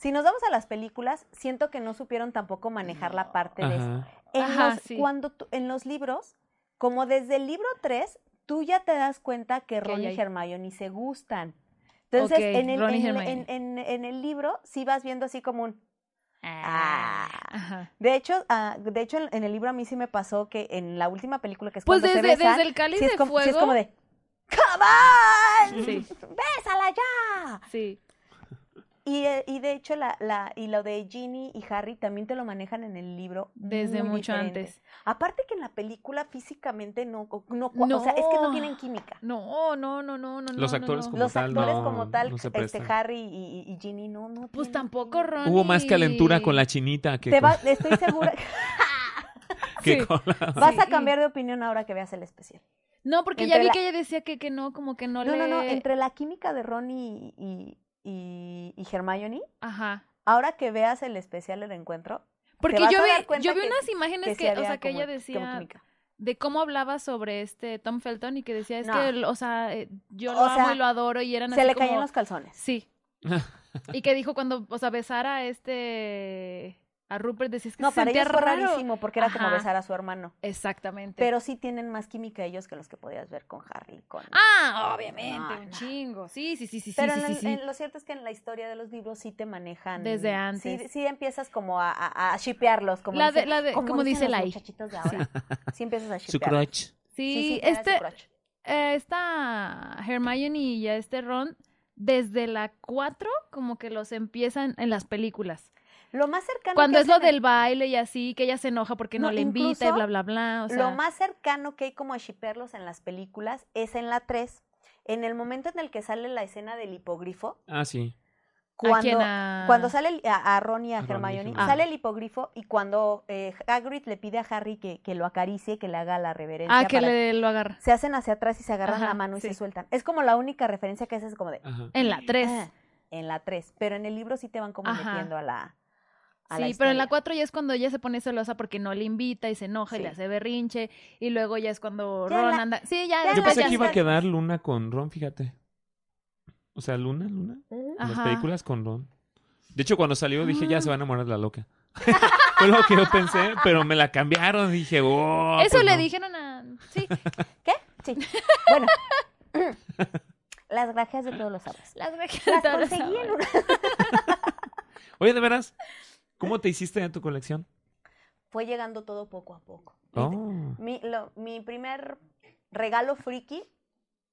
S3: Si nos vamos a las películas, siento que no supieron tampoco manejar la parte de eso.
S1: Ajá.
S3: En,
S2: Ajá,
S3: los,
S2: sí.
S3: cuando tú- en los libros, como desde el libro 3, tú ya te das cuenta que
S2: Que
S3: Ron
S2: ya
S3: y
S2: hay-
S3: Hermione se gustan. Entonces,
S2: Ok,
S3: en, el,
S2: Ron y
S3: en-
S2: Hermione.
S3: en- en- en el libro sí vas viendo así como un... Ah.
S2: Ajá.
S3: De hecho, ah, de hecho en, en el libro a mí sí me pasó que en la última película que es
S2: Pues
S3: cuando se
S2: desde,
S3: besan,
S2: desde el cáliz
S3: sí es
S2: de
S3: como,
S2: fuego...
S3: sí es como de ¡Come on!
S2: Sí.
S3: ¡Bésala ya!
S2: Sí.
S3: Y, eh, y de hecho, la, la, y lo de Ginny y Harry también te lo manejan en el libro.
S2: Desde
S3: muy
S2: mucho
S3: diferente.
S2: antes.
S3: Aparte que en la película físicamente no, no, cua- O sea, es que
S2: No.
S3: no tienen química.
S2: No, no, no, no, no.
S1: Los
S2: no,
S1: actores
S2: no.
S1: como
S3: Los
S1: tal,
S3: actores
S1: no,
S3: como tal,
S1: no se
S3: este
S1: prestan.
S3: Harry y, y- y Ginny, no, no.
S2: Pues
S3: tienen
S2: tampoco
S3: química.
S2: Ron
S1: Hubo más
S2: y-
S1: calentura con la chinita que,
S3: Te
S1: con,
S3: va- estoy segura.
S1: que
S2: Sí.
S1: con la...
S3: vas a
S2: Sí.
S3: cambiar de opinión ahora que veas el especial.
S2: No, porque ya
S3: Entre
S2: vi
S3: la-
S2: que ella decía que, que no, como que no,
S3: No,
S2: le...
S3: no, no. Entre la química de Ron y, y, y- y Hermione,
S2: Ajá.
S3: ahora que veas el especial del encuentro,
S2: Porque
S3: vas
S2: yo
S3: a dar
S2: vi,
S3: cuenta
S2: yo vi
S3: que-
S2: unas
S3: que
S2: imágenes
S3: sí
S2: que, o
S3: había
S2: sea, que
S3: como-
S2: ella
S3: como
S2: decía
S3: química.
S2: de cómo hablaba sobre este Tom Felton y que decía, es
S3: No.
S2: que, el- o sea, eh, yo
S3: O
S2: lo amo
S3: sea,
S2: y lo adoro y eran
S3: Se
S2: así
S3: le
S2: como...
S3: caían los calzones.
S2: Sí. y que dijo cuando, o sea, besara a este... A Rupert decía, es que
S3: No,
S2: se
S3: para
S2: sentía
S3: ellos fue
S2: raro".
S3: rarísimo porque era como
S2: Ajá.
S3: besar a su hermano.
S2: Exactamente.
S3: Pero sí tienen más química ellos que los que podías ver con Harry. y Con...
S2: Ah, obviamente,
S3: No,
S2: un
S3: no.
S2: chingo. Sí, sí, sí, sí,
S3: Pero
S2: sí,
S3: en
S2: sí,
S3: la-
S2: sí.
S3: en- lo cierto es que en la historia de los libros sí te manejan.
S2: Desde
S3: sí- Sí,
S2: antes.
S3: empiezas como a, a, a shipearlos, como
S2: La
S3: dice,
S2: de- la de- como
S3: dicen
S2: dice
S3: los
S2: la I.
S3: muchachitos de ahora. Sí empiezas a
S1: Su
S3: shipear.
S1: crotch.
S2: Sí,
S3: era su
S2: este,
S3: crush.
S2: eh, esta Hermione y ya este Ron, desde la 4, como que los empiezan en las películas.
S3: Lo más cercano.
S2: Cuando
S3: que
S2: es lo
S3: hacen en-
S2: del baile y así, que ella se enoja porque no,
S3: No,
S2: le invita y
S3: incluso
S2: bla, bla, bla. O sea,
S3: Lo más cercano que hay como a shipearlos en las películas es en la 3. En el momento en el que sale la escena del hipogrifo,
S1: Ah, sí.
S2: ¿a
S3: cuando,
S2: quién? A-
S3: Cuando sale el- a, a Ron y a,
S1: A Ron y
S3: Hermione,
S1: Hermione.
S2: Ah.
S3: sale el hipogrifo y cuando eh, Hagrid le pide a Harry que, que lo acaricie, que le haga la reverencia,
S2: Ah, que
S3: para-
S2: le lo agarra.
S3: se hacen hacia atrás y se agarran
S2: Ajá,
S3: la mano y
S2: sí.
S3: se sueltan. Es como la única referencia que haces como de
S1: Ajá.
S2: En la 3.
S3: "Ah", en la 3, pero en el libro sí te van como
S2: Ajá.
S3: metiendo a la a
S2: sí, pero en la
S3: historia.
S2: 4 ya es cuando ella se pone celosa porque no le invita y se enoja y le
S3: Sí.
S2: hace berrinche. Y luego ya es cuando
S3: Ya en
S2: Ron
S3: la-
S2: anda. Sí, ya.
S3: ya en
S1: Yo
S3: la
S2: después
S1: pensé
S2: ya
S1: que iba a
S2: está.
S1: quedar Luna con Ron, fíjate. O sea, Luna, Luna.
S3: Ujú.
S1: En las
S2: Ajá. Ah.
S1: películas con Ron. De hecho, cuando salió dije, ya se va a enamorar la loca. Fue lo que yo pensé, pero me la cambiaron. Dije, oh.
S2: Eso
S1: pues
S2: le
S1: no.
S2: dijeron a. Sí,
S3: ¿Qué? Sí. Bueno. Las grajeas de todos los sabores.
S2: las rejas
S3: Las
S2: de los
S3: conseguí en
S2: sabores.
S3: una...
S1: Oye, de veras, ¿cómo te hiciste de tu colección?
S3: Fue llegando todo poco a poco.
S1: Oh.
S3: Mi, lo- mi primer regalo friki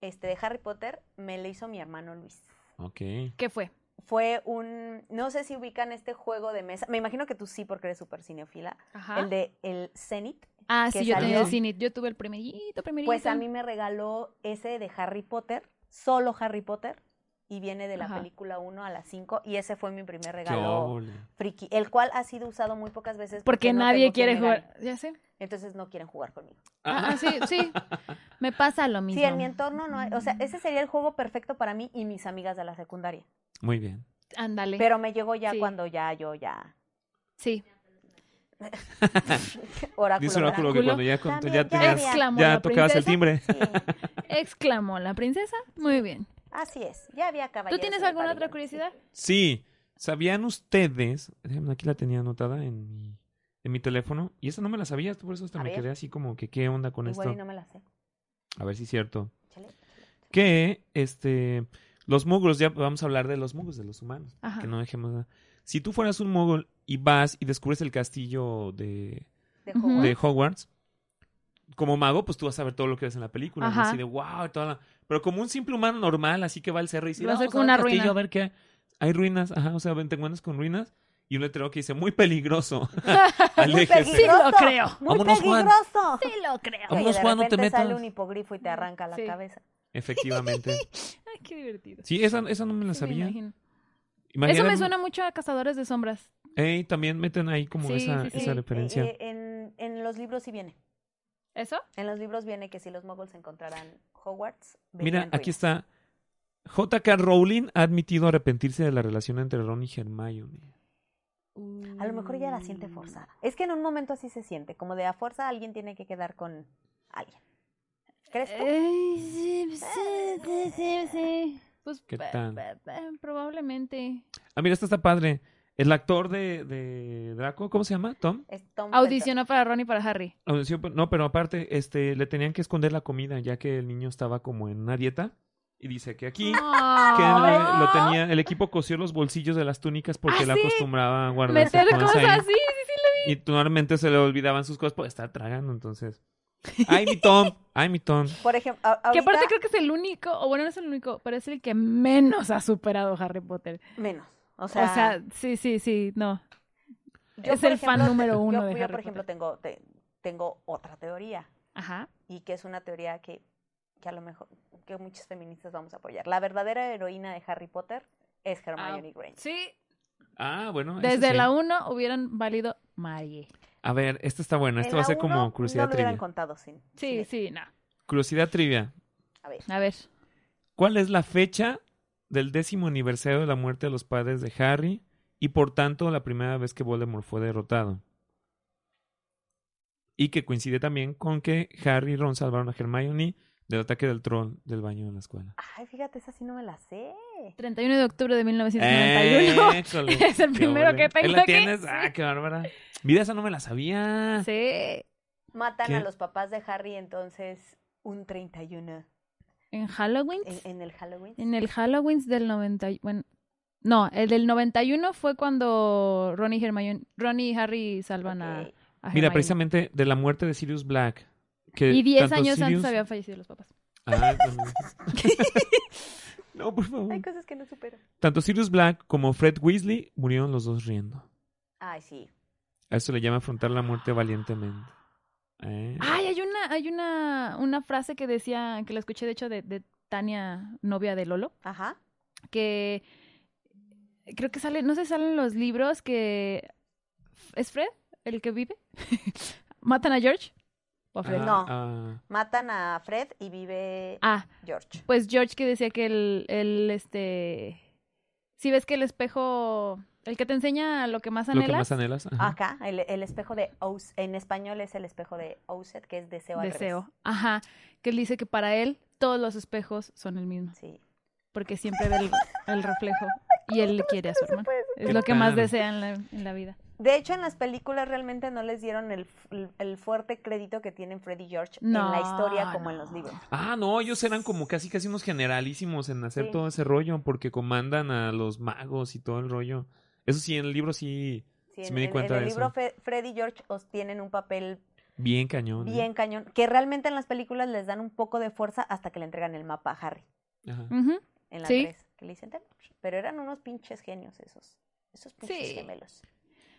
S3: este, de Harry Potter me lo hizo mi hermano Luis.
S1: Ok.
S2: ¿Qué fue?
S3: fue un, no sé si ubican este juego de mesa, me imagino que tú sí porque eres súper cineófila,
S2: Ajá.
S3: el de el Zenith.
S2: ah,
S3: que
S2: sí, yo tenía
S3: salió.
S2: el cine. Yo tuve el primerito, primerito.
S3: Pues a mí me regaló ese de Harry Potter, solo Harry Potter, y viene de la
S2: Ajá.
S3: película 1 a la 5, y ese fue mi primer
S1: Qué
S3: regalo
S1: óvole.
S3: friki, el cual ha sido usado muy pocas veces.
S2: Porque
S3: no
S2: nadie
S3: tengo quien
S2: quiere
S3: me
S2: jugar.
S3: gane.
S2: Ya sé.
S3: Entonces no quieren jugar conmigo.
S2: Ah, ah, sí, sí. Me pasa lo mismo.
S3: Sí, en mi entorno no hay, o sea, ese sería el juego perfecto para mí y mis amigas de la secundaria.
S1: Muy bien.
S2: Ándale.
S3: Pero me llegó ya
S2: Sí.
S3: cuando ya yo ya...
S2: Sí.
S3: Oráculo.
S1: Dice oráculo que
S2: oráculo.
S1: cuando ya, cuando
S3: También
S1: ya
S3: ya
S1: tenías-
S3: había-
S2: Exclamó
S1: ya
S2: la
S1: tocabas el
S2: princesa.
S1: timbre.
S3: ¿verdad? Sí.
S2: Exclamó la princesa. Muy bien.
S3: Así es, ya había
S2: ¿Tú
S3: caballeros.
S2: tienes
S3: en el
S2: alguna otra
S3: pabellón.
S2: curiosidad?
S1: Sí, ¿sabían ustedes? Déjenme, Aquí la tenía anotada en mi, en mi teléfono. Y esa no me la sabías, tú por eso hasta
S3: A
S1: me
S3: ver.
S1: quedé así como que qué onda con
S3: Igual y
S1: esto.
S3: no me la sé.
S1: A ver si es cierto.
S3: Échale, échale.
S1: Que, este, los muggles, ya vamos a hablar de los muggles, de los humanos.
S2: Ajá.
S1: Que no dejemos nada. Si tú fueras un muggle y vas y descubres el castillo de,
S3: De
S2: Ujú.
S3: Hogwarts.
S1: de Hogwarts, como mago, pues tú vas a ver todo lo que ves en la película. ¿no?
S2: Ajá.
S1: Así de wow, toda la- Pero como un simple humano normal, así que va al cerro y dice,
S2: Va a ser
S1: "Vamos
S2: como
S1: ver
S2: una
S1: el castillo,
S2: ruina".
S1: a ver qué. Hay ruinas, ajá, o sea, te encuentras con ruinas y un letrero que dice, muy peligroso.
S3: peligroso.
S1: Aléjese.
S2: Sí lo creo.
S3: ¡Muy
S1: Vámonos, Juan.
S3: peligroso!
S2: Sí lo creo.
S3: Oye,
S1: Vámonos,
S3: de
S1: Juan, no te
S3: repente sale
S1: metas.
S3: un hipogrifo y te arranca la
S2: Sí.
S3: cabeza.
S1: Efectivamente.
S2: Ay, qué divertido.
S1: Sí, esa, esa no me la
S2: Sí, me
S1: sabía.
S2: imagino. Eso
S1: Imagínate-
S2: me suena mucho a Cazadores de Sombras.
S1: Ey, también meten ahí como
S2: Sí,
S1: esa,
S2: sí, sí.
S1: esa
S3: Y,
S1: referencia.
S3: eh, en, en los libros sí viene.
S2: ¿Eso?
S3: En los libros viene que si los muggles encontraran Hogwarts,
S1: Mira,
S3: verían
S1: aquí
S3: ruinas.
S1: está. J.K. Rowling ha admitido arrepentirse de la relación entre Ron y Hermione.
S3: A lo mejor ella la siente forzada. Es que en un momento así se siente, como de a fuerza alguien tiene que quedar con alguien. ¿Crees
S2: Eh,
S3: tú?
S2: Ay, sí, sí, sí, sí, sí. Pues
S1: ¿Qué
S2: pa-
S1: tal?
S2: pa- pa- probablemente.
S1: Ah, mira, esta está padre. El actor de, de Draco, ¿cómo se llama? ¿Tom? Ah,
S3: Es Tom Felton.
S2: Audicionó para Ron y para Harry.
S1: Audición, pero- No, pero aparte, este, le tenían que esconder la comida, ya que el niño estaba como en una dieta. Y dice que aquí que
S2: No.
S1: eh, lo, lo tenía, el equipo cosió los bolsillos de las túnicas porque
S2: ¿Ah,
S1: la
S2: sí?
S1: acostumbraba a guardarse
S2: Meter
S1: cosas ahí.
S2: cosas así.
S1: Y normalmente se le olvidaban sus cosas por estar tragando, entonces. ¡Ay, mi Tom! ¡Ay, mi Tom!
S3: Por ejemplo, a-
S2: Que
S3: ahorita
S2: aparte creo que es el único, o bueno, no es el único, pero es el que menos ha superado Harry Potter.
S3: menos. O
S2: O sea,
S3: sea,
S2: sí, sí, sí, no.
S3: yo,
S2: es
S3: por
S2: el fan
S3: ejemplo,
S2: número uno
S3: Yo,
S2: de
S3: yo,
S2: Harry
S3: por ejemplo,
S2: Potter.
S3: tengo, te- tengo otra teoría.
S2: Ajá.
S3: y que es una teoría que, que a lo mejor que muchos feministas vamos a apoyar. La verdadera heroína de Harry Potter es Hermione Granger.
S2: Sí,
S1: Ah, bueno. eso
S2: desde
S1: sí.
S2: la 1 hubieran valido Marie.
S1: A ver, esta está buena. Esto
S3: En
S1: va a
S3: la
S1: ser
S3: uno
S1: como curiosidad
S3: No lo hubieran
S1: trivia.
S3: contado sin.
S2: Sí,
S3: sin-
S2: sí, no.
S1: Curiosidad trivia.
S3: A ver.
S2: A ver.
S1: ¿Cuál es la fecha del décimo aniversario de la muerte de los padres de Harry y por tanto la primera vez que Voldemort fue derrotado? Y que coincide también con que Harry y Ron salvaron a Hermione del ataque del troll del baño de la escuela.
S3: Ay, fíjate, esa sí no me la sé.
S2: 31 de octubre de 1991.
S1: Échale.
S2: Es el
S1: Eh. Qué
S2: primero
S1: ole.
S2: que tengo
S1: ¿La
S2: aquí.
S1: tienes? Ah, qué bárbara. Mira, esa no me la sabía.
S2: Sí,
S3: Matan
S1: ¿Qué?
S3: a los papás de Harry entonces un 31
S2: en Halloween.
S3: en, en el Halloween.
S2: En el Halloween del 90, y- bueno, no, el del 91 fue cuando Ron y, Hermione, Ron y Harry salvan a-
S3: Ok.
S2: a,
S1: Mira,
S2: Hermione.
S1: precisamente de la muerte de Sirius Black. Que
S2: Y 10
S1: tanto
S2: años
S1: Sirius-
S2: antes habían fallecido los papás.
S1: Ah, también. no, por
S2: Uh.
S1: favor.
S3: Hay cosas que no supero.
S1: Tanto Sirius Black como Fred Weasley murieron los dos riendo.
S3: Ay, sí.
S1: A eso le llama afrontar la muerte valientemente. ¿Eh?
S3: Ah,
S2: Ay, hay una, hay una, una frase que decía, que la escuché de hecho de, de Tania, novia de Lolo,
S3: Ajá.
S2: que creo que sale, no sé, salen los libros que es Fred el que vive. Matan a George o a Fred.
S1: Ah,
S3: No.
S1: ah.
S3: Matan a Fred y vive
S2: Ah,
S3: George.
S2: pues George que decía que el, el este, si ves que el espejo, el que te enseña lo que más
S1: lo que
S2: anhelas,
S1: más anhelas. ajá.
S3: Acá, el, el espejo de Ous en español es el espejo de Ouset, que es deseo al revés.
S2: deseo. Ajá, que él dice que para él todos los espejos son el mismo.
S3: Sí.
S2: porque siempre ve el, el reflejo y él le quiere a su hermano. Es
S1: Qué
S2: lo que más
S1: padre.
S2: desea en la, en la vida.
S3: De hecho, en las películas realmente no les dieron el, f- el fuerte crédito que tienen Fred y George en la
S2: No,
S3: historia como en
S2: no.
S3: los libros.
S1: Ah, no, ellos eran como casi casi unos generalísimos en hacer
S3: Sí.
S1: todo ese rollo porque comandan a los magos y todo el rollo. Eso sí, en el libro sí,
S3: Sí,
S1: Sí
S3: en,
S1: me di
S3: en-
S1: cuenta
S3: en el
S1: de
S3: libro
S1: eso.
S3: Fe- Fred y George os tienen un papel
S1: bien cañón. ¿eh?
S3: bien cañón, que realmente en las películas les dan un poco de fuerza hasta que le entregan el mapa a Harry
S1: Ajá.
S2: Ujú.
S3: en la
S2: Sí.
S3: tres. que le dicen Telmex. Pero eran unos pinches genios esos. Esos pinches
S2: Sí.
S3: gemelos.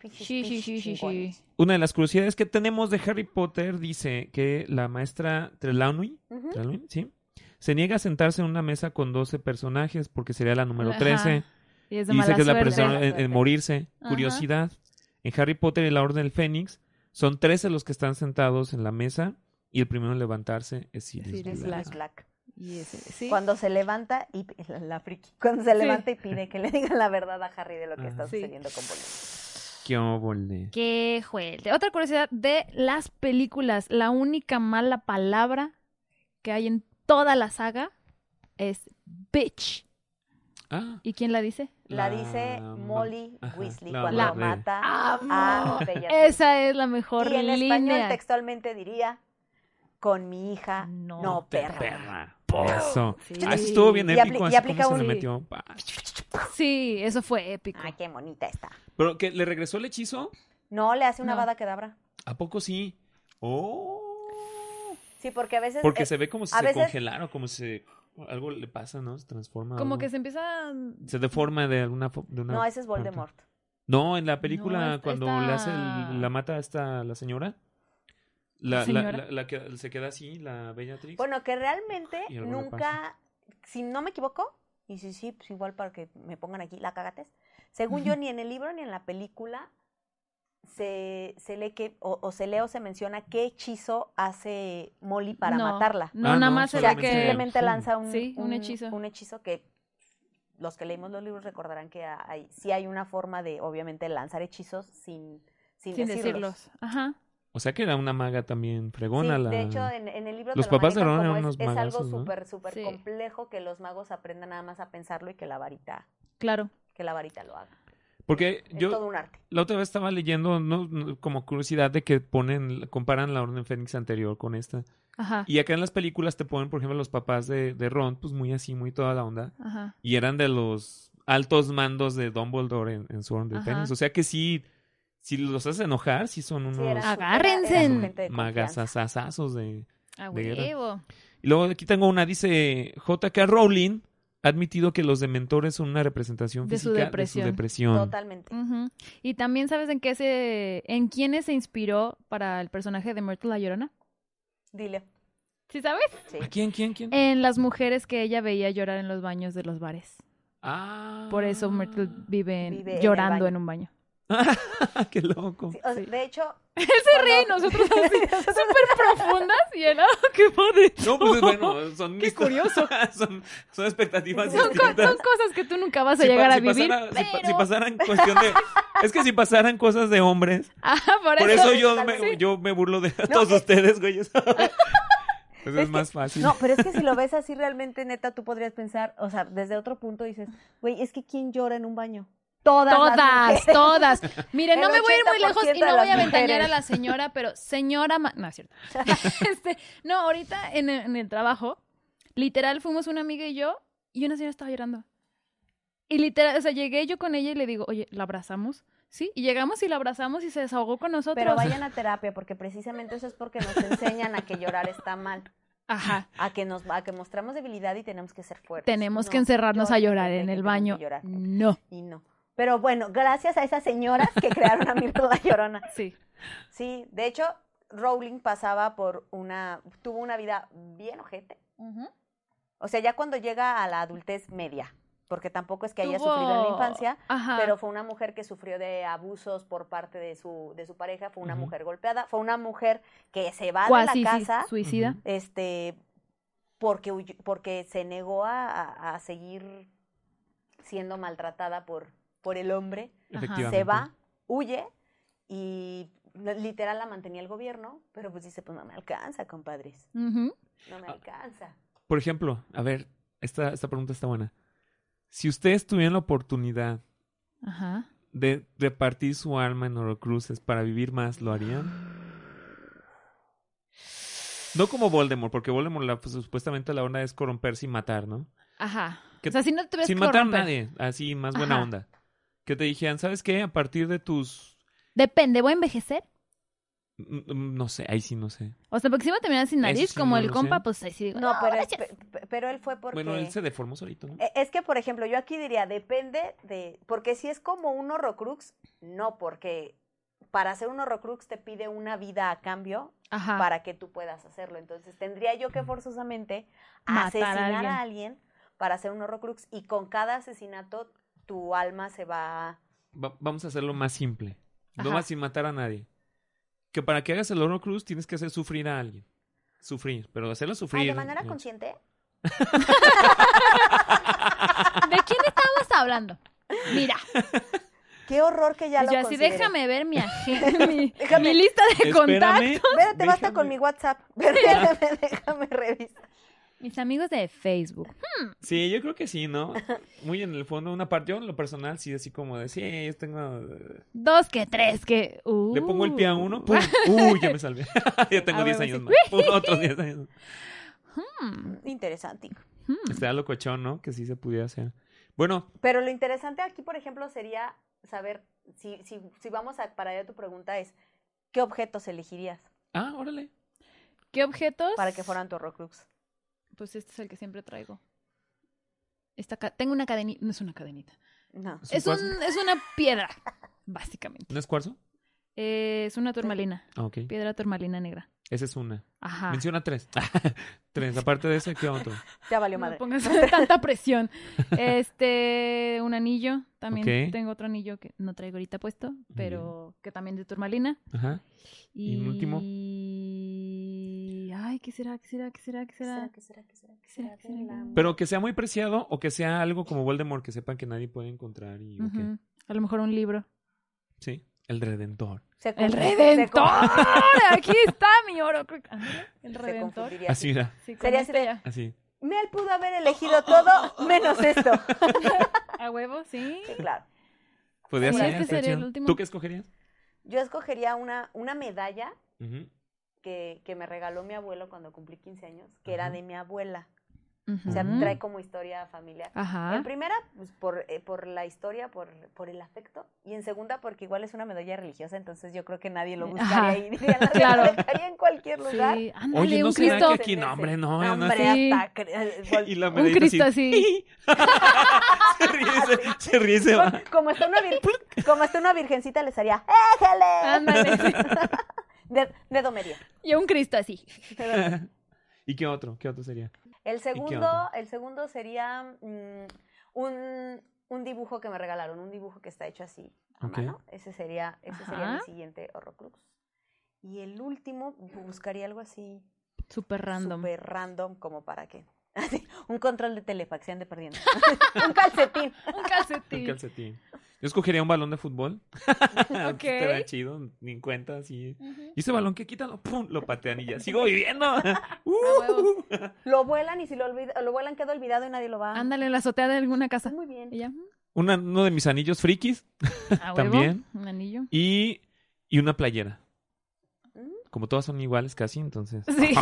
S3: Pinches,
S2: Sí, sí,
S3: pinches
S2: sí, sí, sí.
S3: chingones.
S1: Una de las curiosidades que tenemos de Harry Potter dice que la maestra Trelawney,
S3: Ujú.
S1: Trelawney, ¿sí? Se niega a sentarse en una mesa con 12 personajes porque sería la número
S2: Ajá.
S1: 13.
S2: Y es
S1: Y dice
S2: de mala
S1: que es la
S2: suerte.
S1: persona
S3: Mala
S1: en, en
S3: suerte.
S1: morirse.
S2: Ajá.
S1: Curiosidad. En Harry Potter y la Orden del Fénix son 13 los que están sentados en la mesa y el primero en levantarse es Sirius
S2: Sirius
S1: Black.
S3: Black, Black.
S2: Y ese- sí.
S3: Cuando se levanta y la, la friki, cuando se levanta y pide que le digan la verdad a Harry de lo que
S1: Ajá.
S3: está
S2: Ah, Sí.
S3: sucediendo con Voldemort.
S1: ¡Qué óvole!
S2: Qué juelte. Otra curiosidad de las películas. La única mala palabra que hay en toda la saga es bitch.
S1: Ah,
S2: ¿Y quién la dice?
S3: La dice
S1: ma-
S3: Molly
S1: ajá,
S3: Weasley
S1: la
S3: cuando
S2: madre.
S3: mata
S2: ¡Amo!
S3: a Bellatrix.
S2: Ah, Esa es la mejor
S3: Y en español
S2: línea. Ah,
S3: textualmente diría con mi hija,
S2: No,
S3: no,
S2: perra.
S3: perra.
S1: Oh, perra. Eso.
S2: Sí.
S1: Ah, eso estuvo bien
S3: Y
S1: épico.
S3: apli-
S1: así
S3: y
S1: como
S3: aplica
S1: se le
S3: un-
S1: metió. Pa.
S2: Sí, eso fue épico.
S3: Ay, qué bonita está.
S1: Pero que le regresó el hechizo.
S3: No, le hace una
S2: No.
S3: bada que dabra.
S1: ¿A poco sí? Oh.
S3: Sí, porque a veces
S1: Porque
S3: eh,
S1: se ve como si
S3: a
S1: se
S3: veces-
S1: congelara o como si se- algo le pasa, ¿no? Se transforma.
S2: Como
S1: algo.
S2: que se empieza.
S1: se deforma de alguna fo- de una
S3: No, ese es
S1: parte.
S3: Voldemort.
S1: No, en la película
S2: No, esta-
S1: cuando le hace el- la
S2: esta-
S1: mata a esta la señora. La, la-
S2: ¿Señora?
S1: la- la que se queda así, la Bellatrix.
S3: Bueno, que realmente
S1: Y algo le
S3: nunca, si no me equivoco, y sí, sí, pues igual para que me pongan aquí la cagates, según yo, ni en el libro ni en la película se, se lee que, o, o se lee o se menciona qué hechizo hace Molly para
S2: No,
S3: matarla.
S2: No,
S1: Ah,
S2: nada
S1: no,
S2: más
S3: O
S2: es
S3: sea,
S2: que.
S3: simplemente
S1: Sí.
S3: lanza un,
S2: Sí, un hechizo.
S3: Un hechizo que los que leímos los libros recordarán que hay, sí hay una forma de, obviamente, lanzar hechizos sin, sin,
S2: Sin
S3: decirlos.
S2: decirlos. Ajá.
S1: O sea que era una maga también fregona.
S3: Sí,
S1: la...
S3: de hecho, en, en el libro
S1: Los
S3: te lo
S1: papás de Ron
S3: manejan
S1: eran
S3: como es,
S1: unos
S3: es algo
S1: magazos, ¿no?
S3: súper, súper
S2: Sí.
S3: complejo que los magos aprendan nada más a pensarlo y que la varita,
S2: Claro.
S3: que la varita lo haga.
S1: Porque
S3: Es
S1: yo
S3: todo un arte.
S1: la otra vez estaba leyendo ¿no? No, como curiosidad de que ponen, comparan la Orden Fénix anterior con esta.
S2: Ajá.
S1: Y acá en las películas te ponen, por ejemplo, los papás de, de Ron, pues muy así, muy toda la onda.
S2: Ajá.
S1: Y eran de los altos mandos de Dumbledore en, en su orden del
S2: Ajá.
S1: Fénix. O sea que sí, si los haces enojar, sí son
S3: Sí, era
S1: unos
S3: súper- era
S2: Agárrense.
S3: su gente de confianza.
S1: magasasasazos de...
S2: A
S1: De guerra.
S2: huevo.
S1: Y luego aquí tengo una, dice J.K. Rowling ha admitido que los dementores son una representación
S2: De su
S1: física
S2: depresión.
S1: de su depresión.
S3: Totalmente.
S2: Ujú. Y también sabes en qué se. ¿En quiénes se inspiró para el personaje de Myrtle la Llorona?
S3: Dile.
S2: ¿Sí sabes?
S3: Sí.
S1: ¿A quién, quién, quién?
S2: En las mujeres que ella veía llorar en los baños de los bares.
S1: Ah.
S2: Por eso Myrtle vive, en-
S3: Vive en el
S2: llorando
S3: baño.
S2: en un baño.
S1: Qué loco.
S3: Sí, o sea,
S2: Sí.
S3: De hecho,
S2: Se ríe y nosotros así, súper profundas y él, "Ah, qué padre.
S1: No, pues bueno, son...
S2: Qué
S1: mis-
S2: curioso.
S1: son, son expectativas
S2: Son, co-
S1: distintas.
S2: son cosas que tú nunca vas a
S1: Si pa-
S2: llegar a
S1: si
S2: vivir.
S1: pasara- si pa- si,
S2: pero-
S1: pasaran cuestión de... Es que si pasaran cosas de hombres,
S2: Ajá, por,
S1: por
S2: eso.
S1: eso yo
S3: totalmente.
S1: me, yo me burlo de todos ustedes, güeyes. Pues es,
S3: Es que-
S1: más fácil.
S3: no, pero es que si lo ves así realmente, neta, tú podrías pensar, o sea, desde otro punto dices, güey, es que ¿quién llora en un baño? Todas. las
S2: Todas,
S3: mujeres.
S2: todas. Miren,
S3: El
S2: no me voy a ir muy lejos
S3: 80%
S2: y
S3: de
S2: no voy a
S3: las
S2: ventanear a
S3: mujeres.
S2: la señora, pero señora. ma- No, es cierto. Este, no, ahorita en el, en el trabajo, literal, fuimos una amiga y yo, y una señora estaba llorando. Y literal, o sea, llegué yo con ella y le digo, oye, ¿la abrazamos? Sí, y llegamos y la abrazamos y se desahogó con nosotros.
S3: Pero vayan a terapia, porque precisamente eso es porque nos enseñan a que llorar está mal.
S2: Ajá,
S3: a que nos a que mostramos debilidad y tenemos que ser fuertes.
S2: tenemos
S3: No,
S2: que encerrarnos a
S3: yo
S2: llorar
S3: siempre
S2: en
S3: que
S2: el
S3: tengo que
S2: baño. Mm.
S3: llorar.
S2: No.
S3: Y no. Pero bueno, gracias a esas señoras que crearon a mí la llorona.
S2: Sí.
S3: Sí, de hecho, Rowling pasaba por una tuvo una vida bien ojete. O sea, ya cuando llega a la adultez media, porque tampoco es que haya
S2: Tuvo- Ah.
S3: sufrido en la infancia,
S2: Ajá.
S3: pero fue una mujer que sufrió de abusos por parte de su de su pareja, fue una
S1: Ujú.
S3: mujer golpeada, fue una mujer que se va
S2: Cuasi,
S3: de
S2: sí,
S3: la casa
S2: suicida.
S1: Ujú.
S3: este porque huyó- porque se negó a, a- a seguir siendo maltratada por por el hombre
S1: Efectivamente.
S3: se va huye y la- literal la mantenía el gobierno pero pues dice pues no me alcanza compadres
S2: Ujú.
S3: no me
S1: Ah.
S3: alcanza
S1: Por ejemplo, a ver, esta, esta pregunta está buena. Si ustedes tuvieran la oportunidad
S2: Ajá.
S1: de repartir su alma en Orocruces para vivir más, ¿lo harían? No como Voldemort, porque Voldemort la- pues, supuestamente la onda es corromperse y matar, ¿no?
S2: Ajá.
S1: Que-
S2: o sea, si no te ves
S1: Sin
S2: que
S1: matar a
S2: corromper.
S1: nadie, así más buena
S2: Ajá.
S1: onda. Que te dijeran, ¿sabes qué? A partir de tus...
S2: Depende, ¿voy a envejecer?
S1: Mm, mm, No sé, ahí sí no sé.
S2: O sea, porque si iba a terminar sin nariz,
S1: Eso sí
S2: como
S1: no
S2: el
S1: lo
S2: compa,
S1: sé.
S2: pues ahí sí digo.
S3: No, pero, es-
S2: gracias".
S3: pe- pe- pero él fue porque...
S1: Bueno, él se deformó solito, ¿no?
S3: E- Es que, por ejemplo, yo aquí diría, depende de. Porque si es como un horrocrux, no, porque para hacer un horrocrux te pide una vida a cambio
S2: Ajá.
S3: para que tú puedas hacerlo. Entonces tendría yo que forzosamente
S2: Matar a
S3: asesinar a alguien. para hacer un horrocrux y con cada asesinato tu alma se va.
S1: Va- vamos a hacerlo más simple. No
S2: Ajá.
S1: más sin matar a nadie. Que para que hagas el Oro Cruz tienes que hacer sufrir a alguien. Sufrir, pero
S2: Ah,
S1: hacerlo
S3: Ay,
S1: sufrir.
S3: de manera
S1: eh,
S3: consciente.
S2: ¿De quién estamos hablando? Mira,
S3: Qué horror que ya
S2: y
S3: lo
S2: yo así
S3: consideré.
S2: Pues déjame ver mi, aje- mi,
S3: Déjame-
S2: mi lista de contactos.
S1: Espérame.
S3: Espérate, basta
S1: déjame-
S3: con mi WhatsApp. Déjame, déjame revisar.
S2: Mis amigos de Facebook.
S1: Sí, yo creo que sí, ¿no? Muy en el fondo, una parte, yo en lo personal, sí, así como de, sí, yo tengo... eh,
S2: Dos que tres que. Uh.
S1: Le pongo el pie a uno, Pues, ¡pum! ¡Uy, ya me salvé! ya tengo
S2: Ah,
S1: 10
S2: bueno,
S1: años
S2: sí.
S1: más. ¡Pum! Otros 10 años más.
S2: Hmm,
S3: Interesante.
S2: hmm.
S1: Está locochón, ¿no? Que sí se pudiera hacer. Bueno,
S3: Pero lo interesante aquí, por ejemplo, sería saber, si, si, si vamos a para allá tu pregunta es, ¿qué objetos elegirías
S1: ah, órale.
S2: ¿Qué objetos?
S3: para que fueran tu horrocrux?
S2: Pues este es el que siempre traigo. Esta ca- Tengo una cadenita. No es una cadenita.
S3: No.
S1: ¿Es un
S2: Es, un,
S1: cuarzo?
S2: es una piedra, básicamente.
S1: ¿No es cuarzo?
S2: Eh, es una turmalina.
S1: Ah, ok.
S2: Piedra turmalina negra.
S1: Esa es una.
S2: Ajá.
S1: Menciona tres. tres. Aparte de esa, ¿qué otro?
S3: Ya valió
S2: No pues,
S3: madre.
S2: pongas tanta presión. Este, un anillo. También
S1: Ok.
S2: tengo otro anillo que no traigo ahorita puesto, pero que también de turmalina.
S1: Ajá.
S2: Y,
S1: ¿Y un último?
S2: Ay, ¿qué será? ¿Qué será? ¿Qué será? ¿Qué será?
S3: ¿Qué será? ¿Qué será? ¿Qué
S2: será?
S3: será del amor?
S1: Pero que sea muy preciado o que sea algo como Voldemort que sepan que nadie puede encontrar y ok.
S2: Ujú. A lo mejor un libro.
S1: sí, el Redentor.
S3: Se
S2: ¡El
S3: confundiría
S2: Redentor!
S3: con-
S2: Aquí está mi oro. Ándale, El
S3: se
S2: Redentor.
S3: confundiría
S1: Así era,
S2: Sí, con
S3: Sería
S2: este
S3: así de-
S2: ya.
S1: así.
S3: Mel pudo haber elegido todo menos esto.
S2: A huevo, sí.
S3: Sí, claro.
S1: Podría
S3: Sí,
S1: ser.
S3: este
S2: sería
S1: sería
S2: el último.
S1: ¿Tú qué escogerías?
S3: Yo escogería una, una medalla
S1: Ujú.
S3: que, que me regaló mi abuelo cuando cumplí 15 años, que era
S1: Ajá.
S3: de mi abuela.
S2: Ujú.
S3: O sea,
S1: Ujú.
S3: trae como historia familiar.
S2: Mm. Ajá.
S3: En primera, pues, por, eh, por la historia, por, por el afecto. Y en segunda, porque igual es una medalla religiosa, entonces yo creo que nadie lo
S2: Ajá.
S3: buscaría ahí. dirían, "La
S2: Claro.
S3: dejaría en cualquier lugar.
S2: Sí, ándale,
S1: Oye, ¿no
S2: un
S1: será
S2: Cristo.
S1: que aquí? No, hombre, no. no
S3: Hombre,
S2: Sí.
S3: hasta cre- eh,
S1: es- Y la
S2: Un
S1: medallita
S2: Cristo
S1: así.
S2: así.
S1: Se ríe, se, se ríe, se va.
S3: como, está una vir- como está una virgencita, les haría ¡Éjale!
S2: Ándale. sí.
S3: De, de domería.
S2: Y un Cristo así.
S3: de domería.
S1: ¿Y qué otro? ¿Qué otro sería?
S3: El segundo,
S1: onda?
S3: el segundo sería mm, un, un dibujo que me regalaron, un dibujo que está hecho así a
S1: Ok.
S3: mano. Ese sería, ese sería mi
S2: Ajá.
S3: siguiente horrocrux. Y el último, buscaría algo así
S2: Súper random.
S3: súper random, como para qué. Así, un control de telefacción de perdiendo. un calcetín.
S2: Un
S1: Un
S2: calcetín.
S1: calcetín. Yo escogería un balón de fútbol.
S2: Ok.
S1: Te da chido, ni en cuenta, así.
S2: Ujú.
S1: Y ese balón que quitan, lo- ¡pum! Lo patean y ya. ¡Sigo viviendo!
S2: huevo.
S3: Lo vuelan y si lo, olvida- lo vuelan queda olvidado y nadie lo va.
S2: Ándale en la azotea de alguna casa.
S3: Muy bien.
S2: Y ya,
S1: Una- uno de mis anillos frikis.
S2: a huevo,
S1: También.
S2: Un anillo.
S1: Y, y una playera.
S3: Mm.
S1: Como todas son iguales casi, entonces
S2: Sí.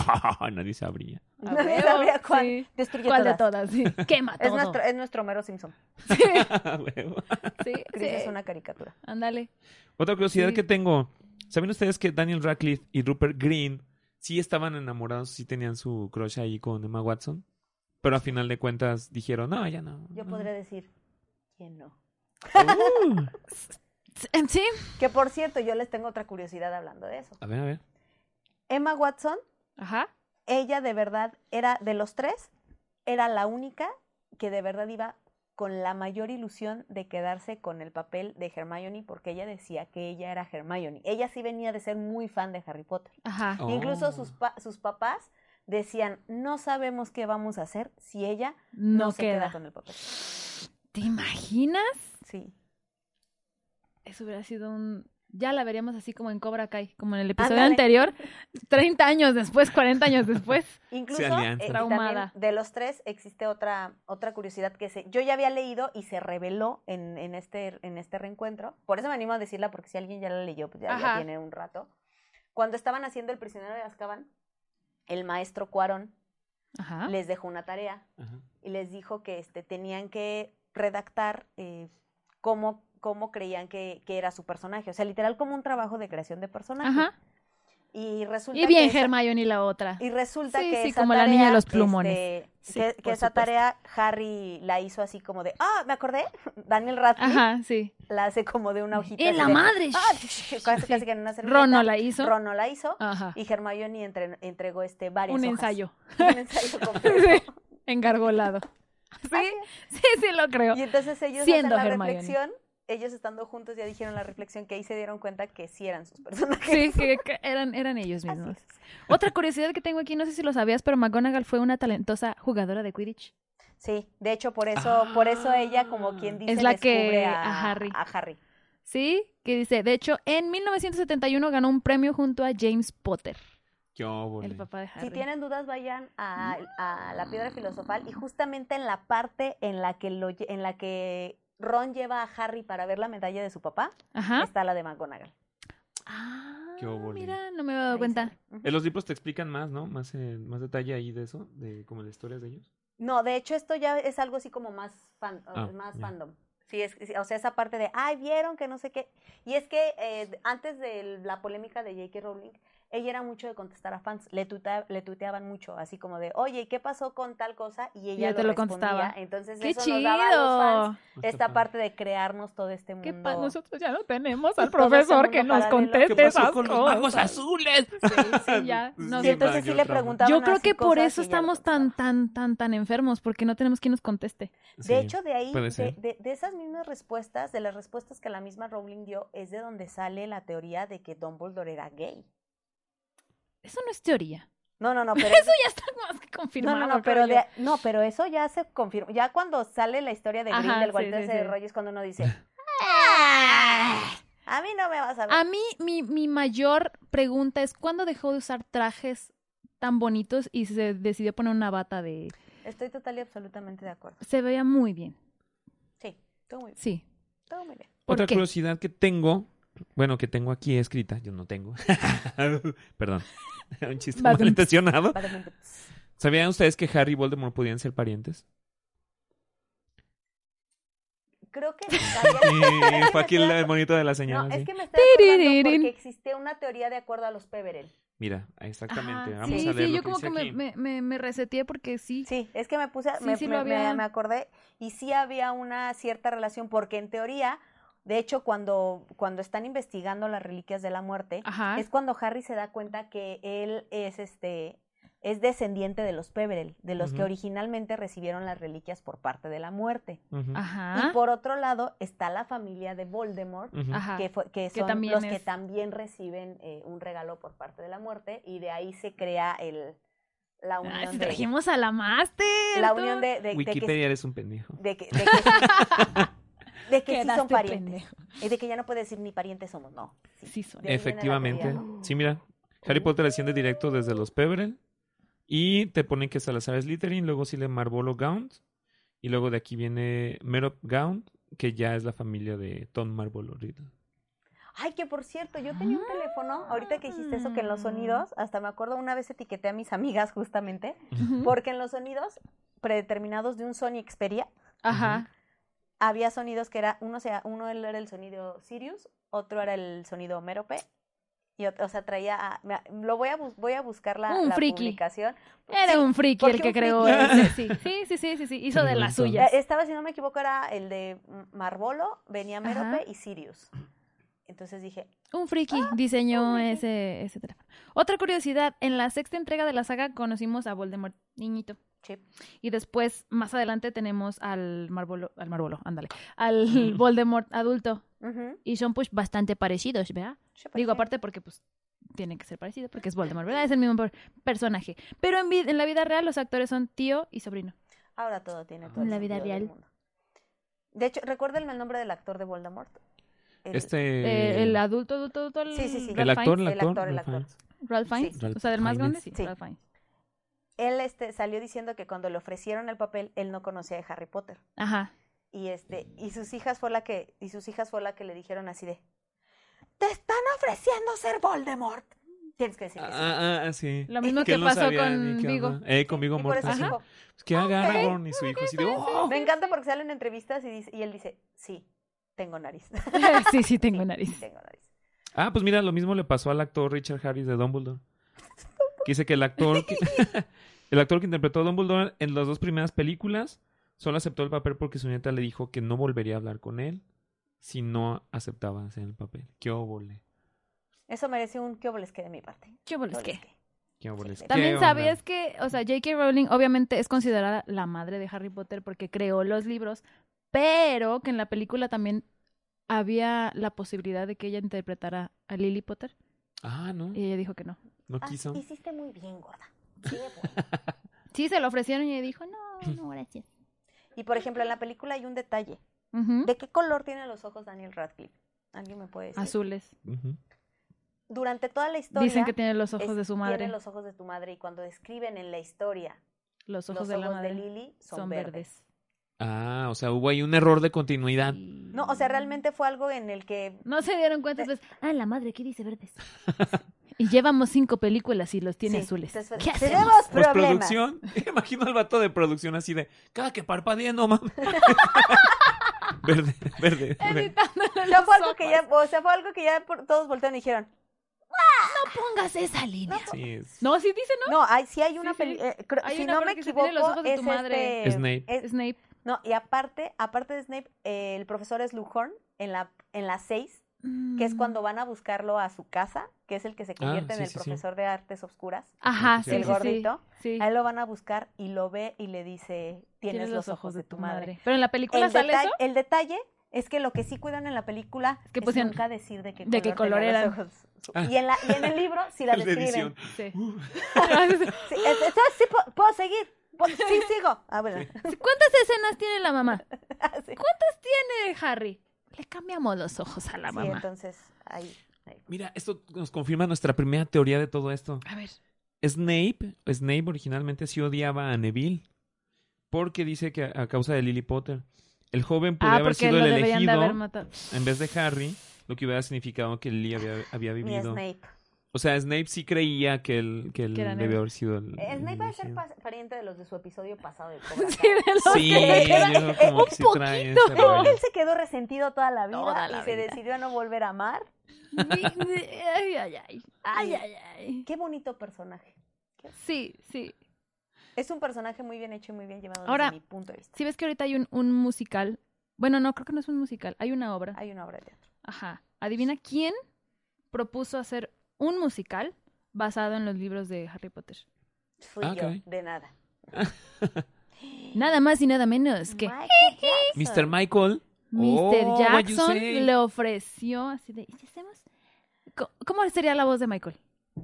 S1: nadie sabría.
S2: A
S3: Nadie
S2: Ah, huevo,
S3: sabría cuál.
S2: sí.
S3: Destruye
S2: ¿Cuál
S3: todas.
S2: de todas? Sí. Quema todo.
S3: Es nuestro, es nuestro Homero Simpson.
S2: Sí,
S1: Huevo.
S2: sí,
S3: Chris
S2: sí.
S3: es una caricatura.
S2: Ándale.
S1: Otra curiosidad
S2: Sí.
S1: que tengo. ¿Saben ustedes que Daniel Radcliffe y Rupert Green sí estaban enamorados, sí tenían su crush ahí con Emma Watson? Pero a final de cuentas dijeron, no, ya no.
S3: Yo
S1: no".
S3: podría decir, ¿quién no?
S1: Uh.
S2: em, Sí.
S3: Que por cierto, yo les tengo otra curiosidad hablando de eso.
S1: A ver, a ver.
S3: Emma Watson,
S2: Ajá.
S3: ella de verdad era de los tres, era la única que de verdad iba con la mayor ilusión de quedarse con el papel de Hermione porque ella decía que ella era Hermione. Ella sí venía de ser muy fan de Harry Potter.
S2: Ajá.
S1: Oh.
S3: Incluso sus, pa- sus papás decían, no sabemos qué vamos a hacer si ella no,
S2: No,
S3: se queda.
S2: queda.
S3: con el papel.
S2: ¿Te imaginas?
S3: Sí.
S2: Eso hubiera sido un... Ya la veríamos así como en Cobra Kai, como en el episodio
S3: Ándale.
S2: anterior. 30 años después, 40 años después.
S3: Incluso
S1: alianza.
S3: eh,
S2: Traumada.
S3: también de los tres existe otra, otra curiosidad que se, yo ya había leído y se reveló en, en este, en este reencuentro. Por eso me animo a decirla, porque si alguien ya la leyó, pues ya, ya
S2: Ajá.
S3: tiene un rato. Cuando estaban haciendo El prisionero de Azkaban, el maestro Cuarón
S2: Ajá.
S3: les dejó una tarea
S1: Ajá.
S3: y les dijo que este, tenían que redactar eh, cómo, cómo creían que, que era su personaje. O sea, literal como un trabajo de creación de personaje.
S2: Ajá.
S3: Y resulta
S2: Y bien
S3: que Pues esa-
S2: Hermione y la otra.
S3: Y resulta
S2: Sí,
S3: que
S2: sí,
S3: esa
S2: como la
S3: tarea,
S2: niña de los
S3: este,
S2: plumones. Sí,
S3: que- que
S2: por
S3: esa
S2: supuesto.
S3: tarea Harry la hizo así como de, ah, me acordé, Daniel Radcliffe
S2: Ajá, sí.
S3: la hace como de una hojita.
S2: ¡En
S3: así
S2: ¡Eh, la
S3: de-
S2: madre!
S3: ¡Ah! casi, casi
S2: Sí.
S3: que en una servilleta.
S2: Ron no la hizo.
S3: Ron no la hizo.
S2: Ajá.
S3: Y Hermione entre- entregó este varias
S2: Un
S3: hojas.
S2: ensayo.
S3: Un ensayo completo. Ah,
S2: Sí, engargolado. Sí, sí, sí lo creo.
S3: Y entonces ellos
S2: Siendo
S3: hacen la
S2: Hermione.
S3: reflexión, ellos estando juntos ya dijeron la reflexión que ahí se dieron cuenta que sí eran sus personajes.
S2: Sí, que que eran, eran ellos
S3: Así
S2: mismos.
S3: es.
S2: Otra curiosidad que tengo aquí, no sé si lo sabías, pero McGonagall fue una talentosa jugadora de Quidditch.
S3: Sí, de hecho por eso, por eso ella como quien dice
S2: Ah. Es la
S3: descubre
S2: que-
S3: a,
S2: a Harry.
S3: a Harry.
S2: Sí, que dice, de hecho, en 1971 ganó un premio junto a James Potter,
S1: Qué óvole.
S2: el papá de Harry.
S3: Si tienen dudas, vayan a, a la
S2: Ah.
S3: piedra filosofal y justamente en la parte en la que lo lle- en la que Ron lleva a Harry para ver la medalla de su papá,
S2: Ajá.
S3: está la de McGonagall.
S2: Ah,
S1: Qué óvole.
S2: mira, no me había dado
S3: Ahí
S2: cuenta.
S3: sale. Ujú.
S1: En los libros te explican más, ¿no? Más, eh, más detalle ahí de eso, de como de historias de ellos.
S3: No, de hecho esto ya es algo así como más fan-
S1: Ah,
S3: más
S1: ya.
S3: fandom. Sí, es, sí, o sea, esa parte de, ay, vieron que no sé qué. Y es que eh, antes de la polémica de J.K. Rowling, ella era mucho de contestar a fans, le, tuta- le tuteaban mucho, así como de, oye, ¿y qué pasó con tal cosa? Y ella
S2: ella
S3: lo
S2: te lo
S3: respondía.
S2: contestaba.
S3: Entonces
S2: ¡Qué
S3: eso nos daba a los fans
S2: chido!
S1: Está
S3: esta
S1: padre.
S3: parte de crearnos todo este mundo.
S2: ¿Qué pa- Nosotros ya no tenemos al
S3: Todo ese
S2: profesor
S3: mundo
S2: que nos
S3: paralelo.
S2: conteste
S1: ¿Qué pasó
S2: esas
S1: con los
S2: cosas.
S1: magos azules?
S2: sí, ya,
S1: Sí,
S2: no
S3: Y
S2: sé.
S1: para
S3: entonces sí
S1: yo
S3: le
S1: trabajo.
S3: preguntaban
S2: Yo creo
S3: así
S2: que por
S3: cosas
S2: eso
S3: y pues, ella lo
S2: estamos tan,
S3: contestaba.
S2: tan, tan, tan enfermos, porque no tenemos quien nos conteste.
S1: Sí.
S3: De hecho, de ahí,
S1: puede
S3: de,
S1: ser.
S3: de- de esas mismas respuestas, de las respuestas que la misma Rowling dio, es de donde sale la teoría de que Dumbledore era gay.
S2: Eso no es teoría.
S3: No, no, no, pero eso,
S2: Eso ya está más que
S3: no,
S2: confirmado.
S3: no, no,
S2: creo
S3: pero
S2: yo.
S3: de- no, pero eso ya se confirmó. Ya cuando sale la historia de
S2: Ajá,
S3: Grindelwald,
S2: sí,
S3: de ese
S2: sí, sí.
S3: rollo es cuando uno dice, "Ah, a mí no me vas a ver.
S2: A mí, mi, mi mayor pregunta es: ¿cuándo dejó de usar trajes tan bonitos y se decidió poner una bata de.
S3: Estoy total y absolutamente de acuerdo.
S2: Se veía muy bien.
S3: Sí, todo muy bien,
S2: Sí.
S3: todo muy bien.
S2: ¿Por
S1: Otra
S2: qué?
S1: curiosidad que tengo, bueno, que tengo aquí escrita, yo no tengo. Perdón. Un chiste
S2: Badum.
S1: malintencionado.
S3: Vale,
S1: ¿Sabían ustedes que Harry y Voldemort podían ser parientes?
S3: Creo que sabía-
S1: Y
S3: es que
S1: fue
S3: me
S1: aquí
S3: estaba-
S1: el monito de la señal.
S3: No,
S1: así.
S2: ¿eh?
S3: es que me está acordando
S2: Tiriririn.
S3: porque existía una teoría de acuerdo a los Peverell.
S1: Mira, exactamente.
S2: Ajá,
S1: Vamos
S2: sí,
S1: a leer
S2: sí,
S1: lo
S2: yo
S1: que
S2: como
S1: dice
S2: que me,
S1: aquí.
S2: me, me, me reseteé porque sí.
S3: Sí, es que me puse, a-
S2: Sí,
S3: me,
S2: sí
S3: me,
S2: lo
S3: me-
S2: había-
S3: me acordé y sí había una cierta relación porque en teoría, de hecho, cuando, cuando están investigando las reliquias de la muerte,
S2: Ajá.
S3: es cuando Harry se da cuenta que él es este es descendiente de los Peverell, de los que
S1: Ujú.
S3: originalmente recibieron las reliquias por parte de la muerte.
S1: Ujú,
S2: Ajá.
S3: Y por otro lado está la familia de Voldemort,
S1: ujú.
S2: Ajá.
S3: que, fue- que son
S2: también
S3: los que
S2: es-
S3: también reciben eh, un regalo por parte de la muerte y de ahí se crea el la unión
S2: Ah, si
S3: de
S2: trajimos a la máster.
S3: la
S2: tú.
S3: unión de, de- de que,
S1: Wikipedia eres un pendejo.
S3: de que, de que- de que sí
S2: Quedaste
S3: son parientes
S2: pendejo.
S3: y de que ya no puede decir ni parientes somos no
S2: Sí, son.
S3: de ahí viene la
S1: Efectivamente.
S3: teoría,
S1: Sí, mira. Harry Potter asciende directo desde los Peverell. Y te ponen que Salazar es Slytherin. Luego sigue Marvolo Gaunt. Y luego de aquí viene Merop Gaunt. Que ya es la familia de Tom Marvolo Riddle.
S3: ay que por cierto yo tenía un teléfono ahorita que dijiste eso que
S2: Ah.
S3: en los sonidos hasta me acuerdo una vez etiqueté a mis amigas justamente
S2: Ujú.
S3: porque en los sonidos predeterminados de un Sony Xperia
S2: Ajá.
S3: había sonidos que era uno sea uno era el sonido Sirius otro era el sonido Merope y ot- o sea traía a- me- lo voy a bus- voy a buscar la,
S2: Un
S3: la
S2: friki.
S3: publicación
S2: Era
S3: Sí, e,
S2: un friki
S3: porque
S2: el que
S3: un
S2: creó
S3: friki.
S2: ese. Sí, sí, sí, sí, sí, sí, Hizo de las
S1: Qué bonito.
S2: suyas.
S3: Eh, Estaba, si no me equivoco, era el de M- Marvolo, venía
S2: Ajá.
S3: Merope y Sirius. Entonces dije,
S2: Un friki diseñó
S3: Ah, un friki.
S2: Ese, ese teléfono. Otra curiosidad, en la sexta entrega de la saga conocimos a Voldemort, niñito.
S3: chip.
S2: Y después, más adelante, tenemos al Marvolo, al Marvolo, ándale, al Voldemort adulto.
S3: ujú,
S2: Y son pues bastante parecidos, ¿verdad?
S3: chip,
S2: Digo,
S3: chip.
S2: aparte porque pues tienen que ser parecidos, porque es Voldemort, ¿verdad? Es el mismo per- personaje. Pero en, vid- en la vida real los actores son tío y sobrino.
S3: Ahora todo tiene todo.
S2: En
S3: el
S2: la vida
S3: sentido del
S2: real.
S3: mundo. De hecho, recuérdenme el nombre del actor de Voldemort. El-
S1: Este.
S2: Eh, el adulto, adulto, adulto, el,
S3: Sí, sí, sí.
S1: el
S2: Ralph
S1: actor, el
S2: Fiennes,
S3: el actor,
S1: actor.
S3: el
S1: Ralph
S3: actor.
S1: Fiennes.
S2: Ralph Fiennes,
S1: Ralph
S2: o sea, del más grande,
S1: Fiennes.
S2: sí,
S3: Sí.
S2: Ralph Fiennes.
S3: Él este, salió diciendo que cuando le ofrecieron el papel, él no conocía de Harry Potter.
S2: Ajá.
S3: Y este, y sus hijas fue la que, y sus hijas fue la que le dijeron así de Te están ofreciendo ser Voldemort. Tienes que decir que sí.
S1: Ah, ah, ah, sí.
S2: Lo mismo
S1: Que
S2: que
S1: él no
S2: pasó
S1: sabía
S2: con
S1: ni qué
S2: Vigo. Ah,
S1: onda. Eh, con Vigo
S3: Y por eso
S1: Mortensen.
S3: dijo,
S1: Pues que haga Aragorn y su hijo. Así de, "Oh".
S3: me encanta porque salen entrevistas y, dice- y él dice, sí, tengo nariz.
S2: sí, sí, tengo
S3: Sí,
S2: nariz.
S3: Tengo nariz.
S1: Ah, pues mira, lo mismo le pasó al actor Richard Harris de Dumbledore. Que dice que el actor que, el actor que interpretó a Dumbledore en las dos primeras películas solo aceptó el papel porque su nieta le dijo que no volvería a hablar con él si no aceptaba hacer el papel. Qué óvole.
S3: Eso merece un qué oboles que de mi parte.
S2: Qué bolas que.
S3: Obolesque.
S1: Qué óvole. ¿Qué
S2: También
S1: onda?
S2: sabías que, o sea, J.K. Rowling obviamente es considerada la madre de Harry Potter porque creó los libros, pero que en la película también había la posibilidad de que ella interpretara a Lily Potter
S1: Ah, no.
S2: y ella dijo que no.
S1: No
S3: Ah,
S1: quiso.
S3: hiciste muy bien, gorda. Qué bueno.
S2: Sí, se lo ofrecieron y ella dijo, no, no, gracias.
S3: Y por ejemplo, en la película hay un detalle.
S2: Ujú.
S3: ¿De qué color tiene los ojos Daniel Radcliffe? ¿Alguien me puede decir?
S2: Azules.
S1: Ujú.
S3: Durante toda la historia.
S2: Dicen que tiene los ojos
S3: es-
S2: de su madre.
S3: Tiene
S2: Los,
S3: los ojos de tu madre y cuando describen en la historia
S2: ojos
S3: los
S2: de la
S3: ojos de
S2: madre
S3: Lily son,
S2: son,
S3: verdes.
S2: verdes.
S1: Ah, o sea, hubo ahí un error de continuidad.
S3: No, o sea, realmente fue algo en el que
S2: No se dieron cuenta,
S3: Eh.
S2: pues, ah, la madre, ¿qué dice verdes? y llevamos cinco películas y los tiene
S3: Sí,
S2: azules.
S3: entonces,
S2: ¿Qué
S3: tenemos
S2: hacemos?
S3: problemas.
S1: Postproducción. Pues Imagino al vato de producción así de cada que parpadea, no mames. verde, verde, verde.
S2: Editándole
S3: No
S2: las
S3: fue algo que
S2: sopas.
S3: ya, o sea, fue algo que ya por- todos voltearon y dijeron.
S2: pongas esa línea.
S1: Sí, es
S2: No, sí dice,
S3: No, hay, sí hay una
S2: Sí, sí.
S3: peli- eh, creo-
S2: Hay
S3: si
S2: una
S3: no
S2: parte
S3: me
S2: que se tiene
S3: equivoco,
S2: los ojos de
S3: es
S2: tu madre.
S3: este-
S1: Snape.
S2: ¿no?
S3: es-
S2: Snape.
S3: no, y aparte, aparte de Snape, eh, el profesor es Lujorn en la en las 6, que es
S2: Mm.
S3: cuando van a buscarlo a su casa, que es el que se convierte
S1: Ah, sí,
S3: en el
S1: sí, sí.
S3: profesor de artes oscuras,
S2: Ajá, sí,
S1: Sí,
S2: sí,
S3: el
S1: sí.
S3: gordito.
S2: sí.
S3: A él lo van a buscar y lo ve y le dice, tienes, los ojos de tu madre.
S2: Pero en la película
S3: El,
S2: sale
S3: detalle,
S2: eso.
S3: el detalle es que lo que sí cuidan en la película
S2: Es que
S3: es
S2: pusieron
S3: nunca decir de qué
S2: de qué
S3: color tenía
S2: color
S3: los ojos.
S1: Ah.
S3: Y, en la- y en el libro sí la
S1: el de edición.
S3: describen.
S2: Sí.
S1: Uh,
S2: ¿Cuántas
S3: Sí, es- es- sí, po- puedo seguir. Po- Sí, sigo. Ah, bueno. Ah,
S2: escenas tiene la mamá?
S3: Sí.
S2: Pues, Tiene Harry. Le cambiamos los ojos a la
S3: Sí,
S2: Ah, mamá.
S3: entonces ahí.
S1: Mira, esto nos confirma nuestra primera teoría de todo esto.
S2: A ver.
S1: Snape, Snape originalmente sí odiaba a Neville porque dice que a a causa de Lily Potter el joven podría
S2: Ah,
S1: haber
S2: porque
S1: sido
S2: lo
S1: el
S2: deberían de
S1: elegido
S2: haber matado.
S1: en vez de Harry, lo que hubiera significado que Lily había, había
S3: Mi
S1: vivido.
S3: Snape.
S1: O sea, Snape sí creía que él, que él
S2: Que era
S1: debió
S2: Neville.
S1: haber sido el.
S3: Eh,
S1: el
S3: Snape va a ser
S1: elegido.
S3: pa- pariente de los de su episodio pasado de Cobra
S1: Sí,
S2: Sí, de los-
S3: Kai.
S1: yo creo como
S2: Un
S1: que sí trae ese
S2: poquito.
S1: rollo.
S3: Él se quedó resentido toda la vida
S2: Toda la
S3: y se
S2: vida.
S3: decidió a no volver a amar.
S2: Ay, ay, ay. Ay, ay, ay.
S3: Qué bonito personaje.
S2: Sí, sí.
S3: Es un personaje muy bien hecho y muy bien llevado
S2: Ahora-
S3: desde mi punto de vista.
S2: Si ves que ahorita hay un, un musical. Bueno, no, creo que no es un musical. Hay una obra.
S3: Hay una obra de teatro.
S2: Ajá. Adivina quién propuso hacer un musical basado en los libros de Harry Potter.
S3: Fui
S1: Ah,
S3: yo,
S1: caray.
S3: de nada.
S2: Nada más y nada menos que
S3: Michael Jackson.
S1: Mr. Michael.
S2: Mr.
S1: Oh, what you
S2: Jackson
S1: say.
S2: le ofreció así de, ¿y qué hacemos? Co- ¿Cómo sería la voz de Michael?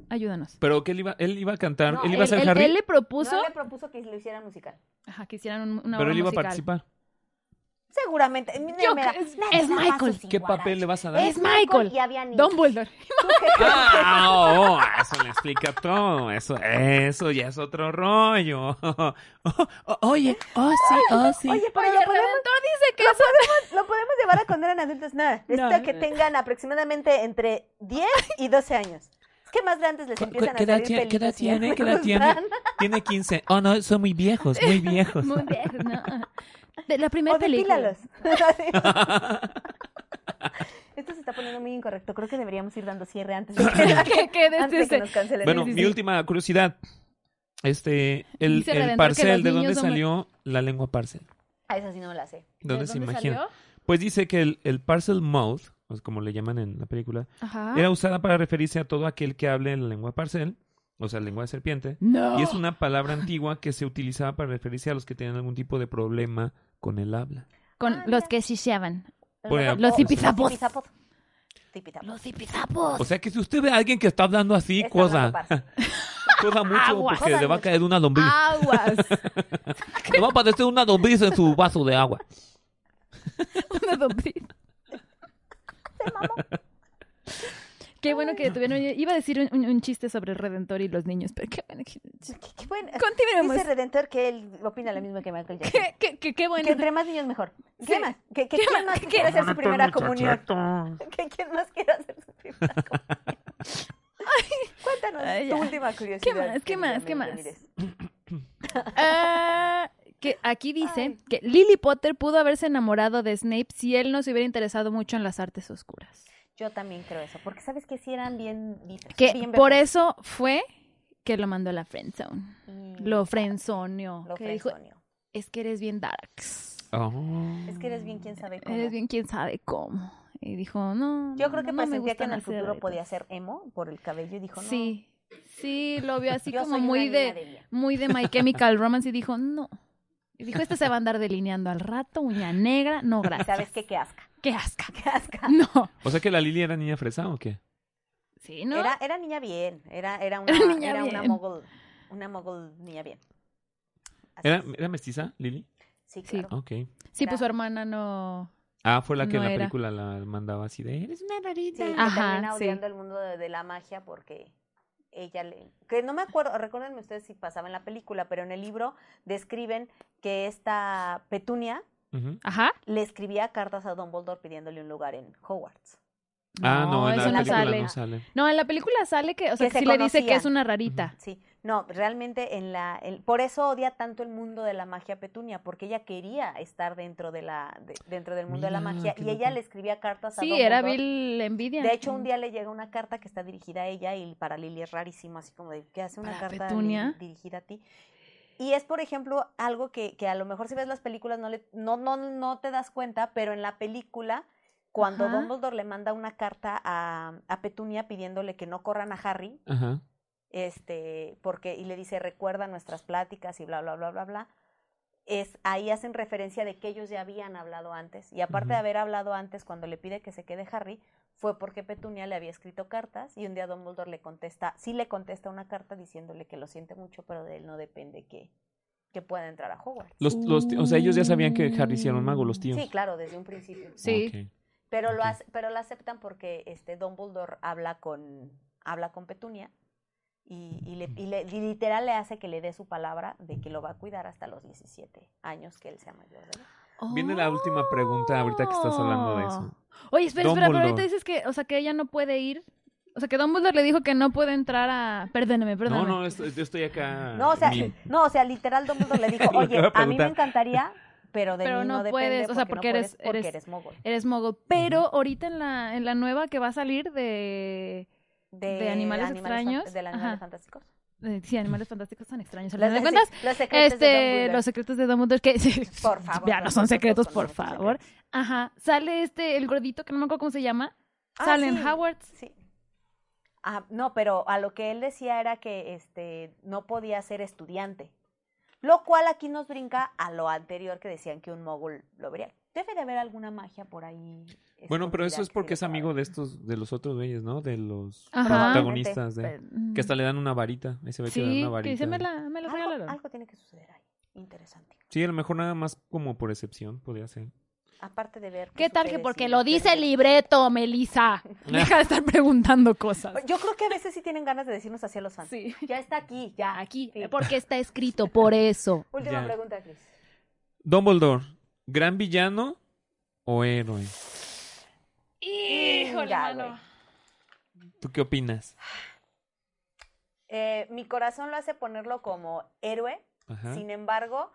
S2: Ayúdanos.
S1: Pero que él iba, él iba a cantar,
S3: No,
S1: él iba a
S2: él,
S1: ser
S2: él-
S1: Harry,
S2: él le propuso
S3: No le propuso que lo hicieran musical.
S2: ajá, que hicieran un- una
S1: pero
S2: obra
S1: él iba a
S2: musical.
S1: participar.
S3: Seguramente. Mira,
S2: Yo
S3: mira,
S2: creo- es-
S3: nadie
S2: es
S3: da
S2: Michael.
S3: pasos sin
S1: ¿Qué
S3: guarache.
S1: papel le vas a dar?
S2: Es Michael.
S3: Y había niños.
S2: Dumbledore.
S1: Ah, oh, oh, eso le explica todo. Eso, eso ya es otro rollo. Oh, oh, oye, oh sí, oh sí.
S3: Oye, pero
S2: Oye,
S3: lo podemos,
S2: Redentor dice que es
S3: lo podemos llevar a cuando eran adultos. Nada,
S2: No.
S3: necesita que tengan aproximadamente entre 10 y 12 años. Es que más grandes les
S1: ¿Cu-
S3: empiezan a
S1: qué edad
S3: salir
S1: tie- qué edad
S3: pelitos y ya
S1: tiene?
S3: no
S1: ¿Qué edad
S3: me
S1: tiene?
S3: gustan.
S1: Tiene 15. Oh, no, son muy viejos, muy viejos.
S2: muy viejo, ¿no? De la
S3: O
S2: primera película.
S3: depílalos. Así. Esto se está poniendo muy incorrecto. Creo que deberíamos ir dando cierre antes de que,
S2: que, que de
S3: antes de que
S2: este-
S3: nos cancelen.
S1: Bueno,
S2: Sí, sí,
S1: mi
S2: sí.
S1: última curiosidad. Este, el,
S2: Dice
S1: el
S2: Redentor que
S1: parcel,
S2: los
S1: ¿de
S2: niños
S1: dónde
S2: son muy-
S1: salió la lengua parcel?
S3: Ah, esa sí no me la sé.
S2: ¿De
S1: ¿Dónde se imagina?
S2: salió?
S1: Pues dice que el, el parcel mouth, pues como le llaman en la película,
S2: Ajá.
S1: era usada para referirse a todo aquel que hable la lengua parcel, o sea, lengua de serpiente,
S2: No.
S1: y es una palabra antigua que se utilizaba para referirse a los que tenían algún tipo de problema con el habla.
S2: Con
S3: Ah,
S2: los
S3: mira.
S2: que siseaban.
S1: Bueno,
S2: Los zipizapos.
S3: Zipizapos. Zipizapos.
S2: Los hipizapos.
S1: O sea que si usted ve a alguien que está hablando así,
S3: Está
S1: cosa,
S3: hablando parce.
S1: cosa mucho
S2: Aguas.
S1: porque
S3: Cosa
S1: le va a
S3: mucho. Ah.
S1: caer una lombriz.
S2: Aguas.
S1: Le va a aparecer una lombriz en su vaso de agua.
S2: Una lombriz. Qué bueno que tuvieron. Iba a decir un, un- un chiste sobre el Redentor y los niños, pero qué bueno que.
S3: Qué, qué bueno.
S2: Continuemos.
S3: Dice Redentor que él opina lo mismo que Michael Jackson.
S2: Qué, qué, qué, qué bueno.
S3: Que entre más niños mejor. ¿Qué
S2: Sí.
S3: más? ¿Qué, qué, quién más quiere hacer su primera comunión? ¿Qué, ¿Quién más quiere hacer su primera comunión? Cuéntanos
S2: Ay,
S3: tu
S2: ya.
S3: última curiosidad.
S2: más? ¿Qué más?
S3: querida
S2: ¿Qué más?
S3: Ramírez.
S2: Ah, que aquí dice
S3: Ay.
S2: que Lily Potter pudo haberse enamorado de Snape si él no se hubiera interesado mucho en las artes oscuras.
S3: Yo también creo eso, porque sabes que sí eran bien ditas,
S2: Que
S3: bien
S2: por
S3: verdes.
S2: eso fue que lo mandó a la friendzone.
S3: Y-
S2: e- Lo frenzoneó.
S3: Mm. lo
S2: que dijo,
S3: frenzonio.
S2: es que eres bien darks.
S1: Oh.
S3: Es que eres bien quién sabe cómo.
S2: Eres bien quién sabe cómo. Y dijo, no.
S3: Yo creo que
S2: no me
S3: presentía que en
S2: gustan
S3: el
S2: así de
S3: futuro
S2: raritos".
S3: podía ser emo por el cabello y dijo, no,
S2: Sí, sí, lo vio así
S3: yo
S2: como
S3: soy una
S2: muy
S3: niña
S2: de,
S3: bien.
S2: muy de My Chemical Romance y dijo, no. Y dijo, este se va a andar delineando al rato, uña negra, no
S3: ¿Y
S2: gracias.
S3: Ah, sabes qué? Qué asca,
S2: ¡Qué asca!
S3: qué asca.
S2: No.
S1: Oh. O sea que la Lili era niña fresa o qué?
S2: Sí, ¿no?
S3: Era, era niña bien, era, era una,
S2: Era
S3: era
S2: niña
S3: una
S2: bien.
S3: mogul, una mogul niña bien. Así
S1: ¿Era,
S3: es.
S1: era mestiza, Lili?
S3: Sí,
S2: Sí.
S3: claro.
S1: Ok.
S2: Sí, pues su hermana no...
S1: Ah, fue la que
S2: No
S1: en la
S2: era. Ah.
S1: película la mandaba así de eres una
S3: Sí,
S1: rarita.
S3: que
S2: Ajá,
S3: termina
S2: sí.
S3: odiando el mundo de, de la magia porque ella le... Que no me acuerdo, recuérdenme ustedes si pasaba en la película, pero en el libro describen que esta Petunia
S1: Ujú.
S2: Ajá.
S3: le escribía cartas a Dumbledore pidiéndole un lugar en Hogwarts.
S1: Ah, no, en la
S2: eso no
S1: película
S2: sale.
S1: no sale.
S2: No, en la película sale que, o sea,
S3: Que
S2: que
S3: se
S2: sí le dice que es
S3: conocían.
S2: una rarita.
S3: Sí, no, realmente en la... el- por eso odia tanto el mundo de la magia Petunia, porque ella quería estar dentro, de la, de- dentro del mundo de la
S1: Mira,
S3: magia
S1: qué
S3: y ella
S1: loco.
S3: le escribía cartas a
S2: Sí,
S3: Dumbledore.
S2: era Bill envidia.
S3: De hecho, un día le llega una carta que está dirigida a ella y para Lili es rarísimo, así como de, ¿qué hace una
S2: ¿Para
S3: carta
S2: Petunia?
S3: Lili, dirigida a ti? Y es, por ejemplo, algo que, que a lo mejor si ves las películas no, le, no, no, no te das cuenta, pero en la película, cuando
S2: Ajá.
S3: Dumbledore le manda una carta a, a Petunia pidiéndole que no corran a Harry,
S1: Ajá.
S3: este, porque, y le dice, recuerda nuestras pláticas y bla, bla, bla, bla, bla, es, ahí hacen referencia de que ellos ya habían hablado antes. Y aparte de
S1: Ujú.
S3: haber hablado antes, cuando le pide que se quede Harry, fue porque Petunia le había escrito cartas y un día Dumbledore le contesta, sí le contesta una carta diciéndole que lo siente mucho, pero de él no depende que, que pueda entrar a Hogwarts.
S1: Los, los ti- o sea, ellos ya sabían que Harry sí era un mago, los tíos.
S3: Sí, claro, desde un principio.
S2: Sí.
S1: Ok.
S3: Pero lo
S1: Ok.
S3: ace- pero lo aceptan porque este Dumbledore habla con habla con Petunia y, y le, y le- y literal le hace que le dé su palabra de que lo va a cuidar hasta los 17 años que él sea mayor de edad.
S1: Viene la última pregunta ahorita que estás hablando de eso.
S2: Oh. Oye, espera, espera, pero ahorita
S1: Dumbledore.
S2: dices que, o sea, que ella no puede ir. O sea, que Dumbledore le dijo que no puede entrar a... Perdóname, perdóname.
S1: No, no, es- yo estoy acá.
S3: No, o sea,
S1: mi-
S3: no, o sea, literal Dumbledore le dijo,
S1: Ah, Lo que
S3: "Oye,
S1: iba a
S3: a mí me
S1: preguntar.
S3: encantaría, pero de
S2: Pero
S3: mí no,
S2: no
S3: depende
S2: puedes, o sea, porque
S3: no
S2: eres-
S3: puedes, porque
S2: eres-
S3: eres mogol."
S2: Eres mogol. Pero ahorita en la, en la nueva que va a salir de... de animales
S3: fan-
S2: extraños.
S3: del animales
S2: Ajá.
S3: fantásticos.
S2: de- sí, animales fantásticos son extraños. ¿Al
S3: Los-
S2: final de
S3: sí,
S2: cuentas?
S3: los secretos de
S2: Este,
S3: Dumbledore.
S2: los secretos de Dumbledore que...
S3: Por favor,
S2: Ya no son
S3: Dumbledore,
S2: secretos,
S3: son
S2: por
S3: secretos.
S2: favor. Ajá. Sale este, el gordito, que no me acuerdo cómo se llama.
S3: Ah,
S2: sale en
S3: sí.
S2: Howard's.
S3: Sí. Ah, no, pero a lo que él decía era que este no podía ser estudiante. Lo cual aquí nos brinca a lo anterior que decían que un mogul lo vería. Debe de haber alguna magia por ahí.
S1: Bueno, pero
S3: escondida
S1: eso es
S3: que
S1: porque es
S3: sí lo
S1: amigo
S3: sabe.
S1: de estos, de los otros güeyes, ¿no? De los
S2: Ajá.
S1: protagonistas. De,
S2: Pe- mm.
S1: que hasta le dan una varita. Ahí se ve que le dan
S2: Sí,
S1: una varita.
S2: que dice, me la, me la
S3: Algo,
S2: regalaron.
S3: algo tiene que suceder ahí. Interesante.
S1: Sí, a lo mejor nada más como por excepción podría ser.
S3: Aparte de ver.
S2: ¿Qué tal que
S3: ustedes
S2: porque
S3: sí
S2: lo dice el
S3: entienden.
S2: libreto, Melissa? Deja de estar preguntando cosas.
S3: Yo creo que a veces sí tienen ganas de decirnos hacia los fans.
S2: Sí.
S3: Ya está aquí, ya.
S2: Aquí,
S3: Sí.
S2: porque está escrito, por eso.
S3: Última
S1: Ya.
S3: pregunta, Cris.
S1: Dumbledore, ¿gran villano o héroe?
S2: Híjole,
S3: Ya,
S2: mano.
S3: güey.
S1: ¿Tú qué opinas?
S3: Eh, mi corazón lo hace ponerlo como héroe,
S1: Ajá.
S3: Sin embargo,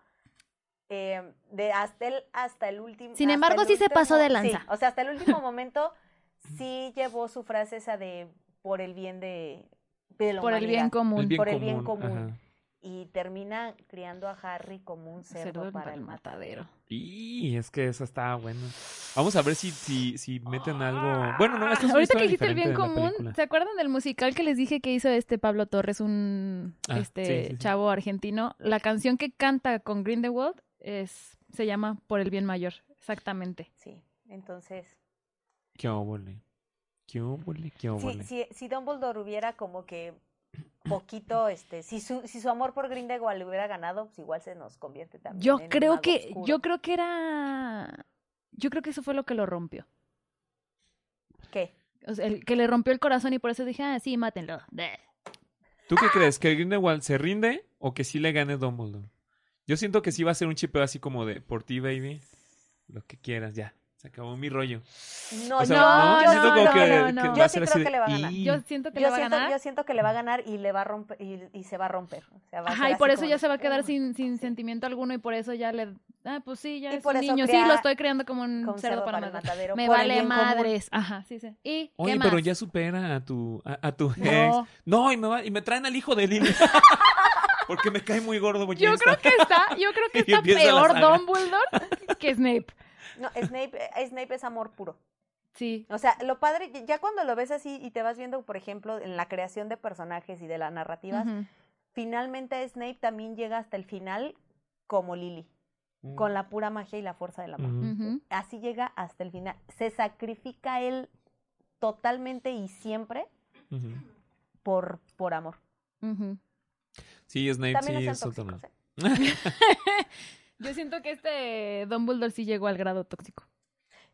S3: eh, de hasta el, hasta el último.
S2: Sin
S3: hasta
S2: embargo,
S3: el
S2: sí se pasó de
S3: último- sí,
S2: lanza.
S3: o sea, hasta el último momento sí llevó su frase esa de por el bien de, de la
S2: Por el bien
S3: humanidad",
S2: común.
S3: por el bien común.
S1: ajá.
S3: Y termina criando a Harry como un cerdo,
S2: Cerdo
S3: para
S2: para
S3: el matadero.
S1: Y es que esa está buena. Vamos a ver si, si, si meten algo. Bueno, no, esta es una
S2: Ahorita
S1: historia
S2: que dijiste
S1: diferente
S2: el bien
S1: de la
S2: común,
S1: película.
S2: ¿se acuerdan del musical que les dije que hizo este Pablo Torres, un
S1: Ah,
S2: este
S1: sí, sí, sí.
S2: chavo argentino? La canción que canta con Grindelwald es, se llama Por el bien mayor, exactamente.
S3: Sí, entonces,
S1: Qué óvole. Qué óvole, qué
S3: si,
S1: óvole.
S3: si, si Dumbledore hubiera como que poquito, este, si su, si su amor por Grindelwald hubiera ganado, pues igual se nos convierte también.
S2: Yo
S3: en un
S2: creo
S3: mago
S2: que,
S3: oscuro.
S2: yo creo que era, yo creo que eso fue lo que lo rompió.
S3: ¿Qué?
S2: O sea, el que le rompió el corazón y por eso dije, ah, sí, mátenlo.
S1: ¿Tú qué crees? ¿Que Grindelwald se rinde o que sí le gane Dumbledore? Yo siento que sí va a ser un chipeo así como de por ti, baby. Lo que quieras, ya. Se acabó mi rollo.
S3: No,
S1: O sea,
S2: no,
S1: yo siento
S2: no,
S1: como
S2: no,
S1: que,
S2: no,
S1: que
S2: no.
S1: va
S2: Yo
S1: a
S3: sí
S1: ser
S3: creo
S1: así de,
S3: que le va a ganar.
S1: "Y".
S2: Yo siento que le
S3: Yo
S2: va a
S3: siento,
S2: ganar.
S3: yo siento que le va a ganar y le va a romper y, y se va a romper. O sea, va a
S2: Ajá,
S3: ser
S2: y por
S3: así
S2: eso
S3: como
S2: ya
S3: de,
S2: se va a quedar
S3: "Uh".
S2: sin, sin sentimiento alguno y por eso ya le... Ah, pues sí, ya
S3: Y
S2: es
S3: por
S2: un
S3: eso
S2: niño. Sí,
S3: crea-
S2: lo estoy creando como un
S3: Con
S2: cerdo, para, matar.
S3: matadero.
S2: Me
S3: por el
S2: vale
S3: bien común.
S2: madres. Ajá, sí, sí. ¿Y
S1: Oye,
S2: qué
S1: pero
S2: más?
S1: ya supera a tu, a, a tu ex. No,
S2: No.
S1: y, me va- y me traen al hijo de Lily. Porque me cae muy gordo, güey.
S2: Yo creo que está, yo creo que
S1: Y
S2: está
S1: empieza la
S2: peor
S1: saga.
S2: Dumbledore que Snape.
S3: No, Snape, eh, Snape es amor puro.
S2: Sí.
S3: O sea, lo padre, ya cuando lo ves así y te vas viendo, por ejemplo, en la creación de personajes y de la narrativa,
S2: Ujú.
S3: finalmente Snape también llega hasta el final como Lily, con la pura magia y la fuerza
S1: Mm,
S3: del amor.
S2: Ujú.
S3: Así llega hasta el final. Se sacrifica él totalmente y siempre
S1: mm,
S2: Mm.
S3: por, por amor.
S2: Ujú.
S1: Sí, Snape
S3: También no
S1: sí
S3: sean
S1: es otro.
S3: tóxicos, ¿eh?
S2: Yo siento que este Dumbledore sí llegó al grado tóxico.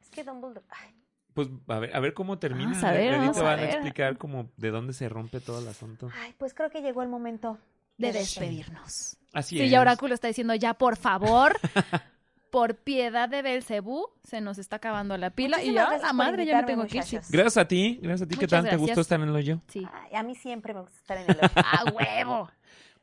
S3: Es que Dumbledore... ay,
S1: Pues a ver, a ver cómo termina.
S2: a ver,
S1: Ahorita
S2: vamos a
S1: van a
S2: ver.
S1: explicar como de dónde se rompe todo el asunto.
S3: ay, pues creo que llegó el momento
S2: De
S3: de
S2: despedirnos.
S1: Así
S2: Sí,
S1: es.
S2: ya Oráculo está diciendo, ya por favor, por piedad de Belcebú, se nos está acabando la pila. y
S3: Muchísimas
S2: ya,
S3: gracias
S2: la
S3: por
S2: madre, ya me
S3: invitarme,
S2: tengo que ir. sí.
S3: muchachos.
S1: Gracias a ti, gracias a ti que
S2: Muchas
S1: tanto te gustó
S2: gracias.
S1: estar en el hoyo.
S2: Sí.
S3: Ay, a mí siempre me gusta estar en el ojo.
S2: ¡A huevo!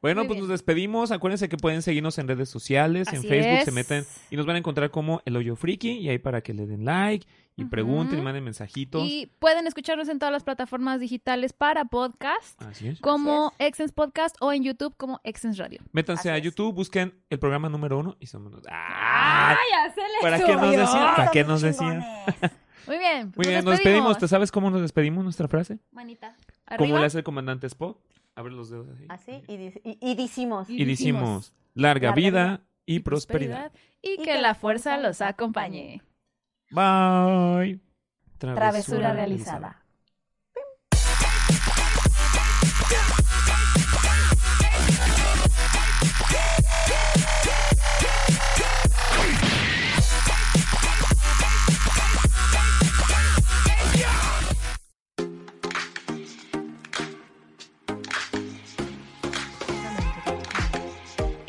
S1: Bueno,
S2: Muy
S1: pues nos
S2: bien.
S1: despedimos. Acuérdense que pueden seguirnos en redes sociales, en
S2: Así
S1: Facebook, se
S2: es.
S1: meten y nos van a encontrar como El Hoyo Friki y ahí para que le den like y
S2: Ujú.
S1: pregunten y manden mensajitos.
S2: Y pueden escucharnos en todas las plataformas digitales para podcast,
S1: Así es.
S2: como Exens Podcast o en YouTube como Exens Radio.
S1: Métanse
S3: Así
S1: a
S3: es.
S1: YouTube, busquen el programa número uno y somos nos- ¡Ah! ¿Para qué nos
S2: subió!
S1: decían? ¿Para qué
S3: Son
S1: nos decían?
S3: chingones.
S2: Muy bien,
S1: Muy
S2: pues
S1: bien, nos despedimos. ¿Te sabes cómo nos despedimos nuestra frase?
S2: Manita.
S1: Como
S2: Arriba.
S1: le hace el comandante Spock. Abre los dedos así.
S3: Así, y, dic- y, y decimos...
S1: Y decimos, larga,
S3: Larga
S1: vida,
S3: vida
S1: y prosperidad.
S2: Y que la fuerza los acompañe.
S1: Bye.
S3: Travesura realizada.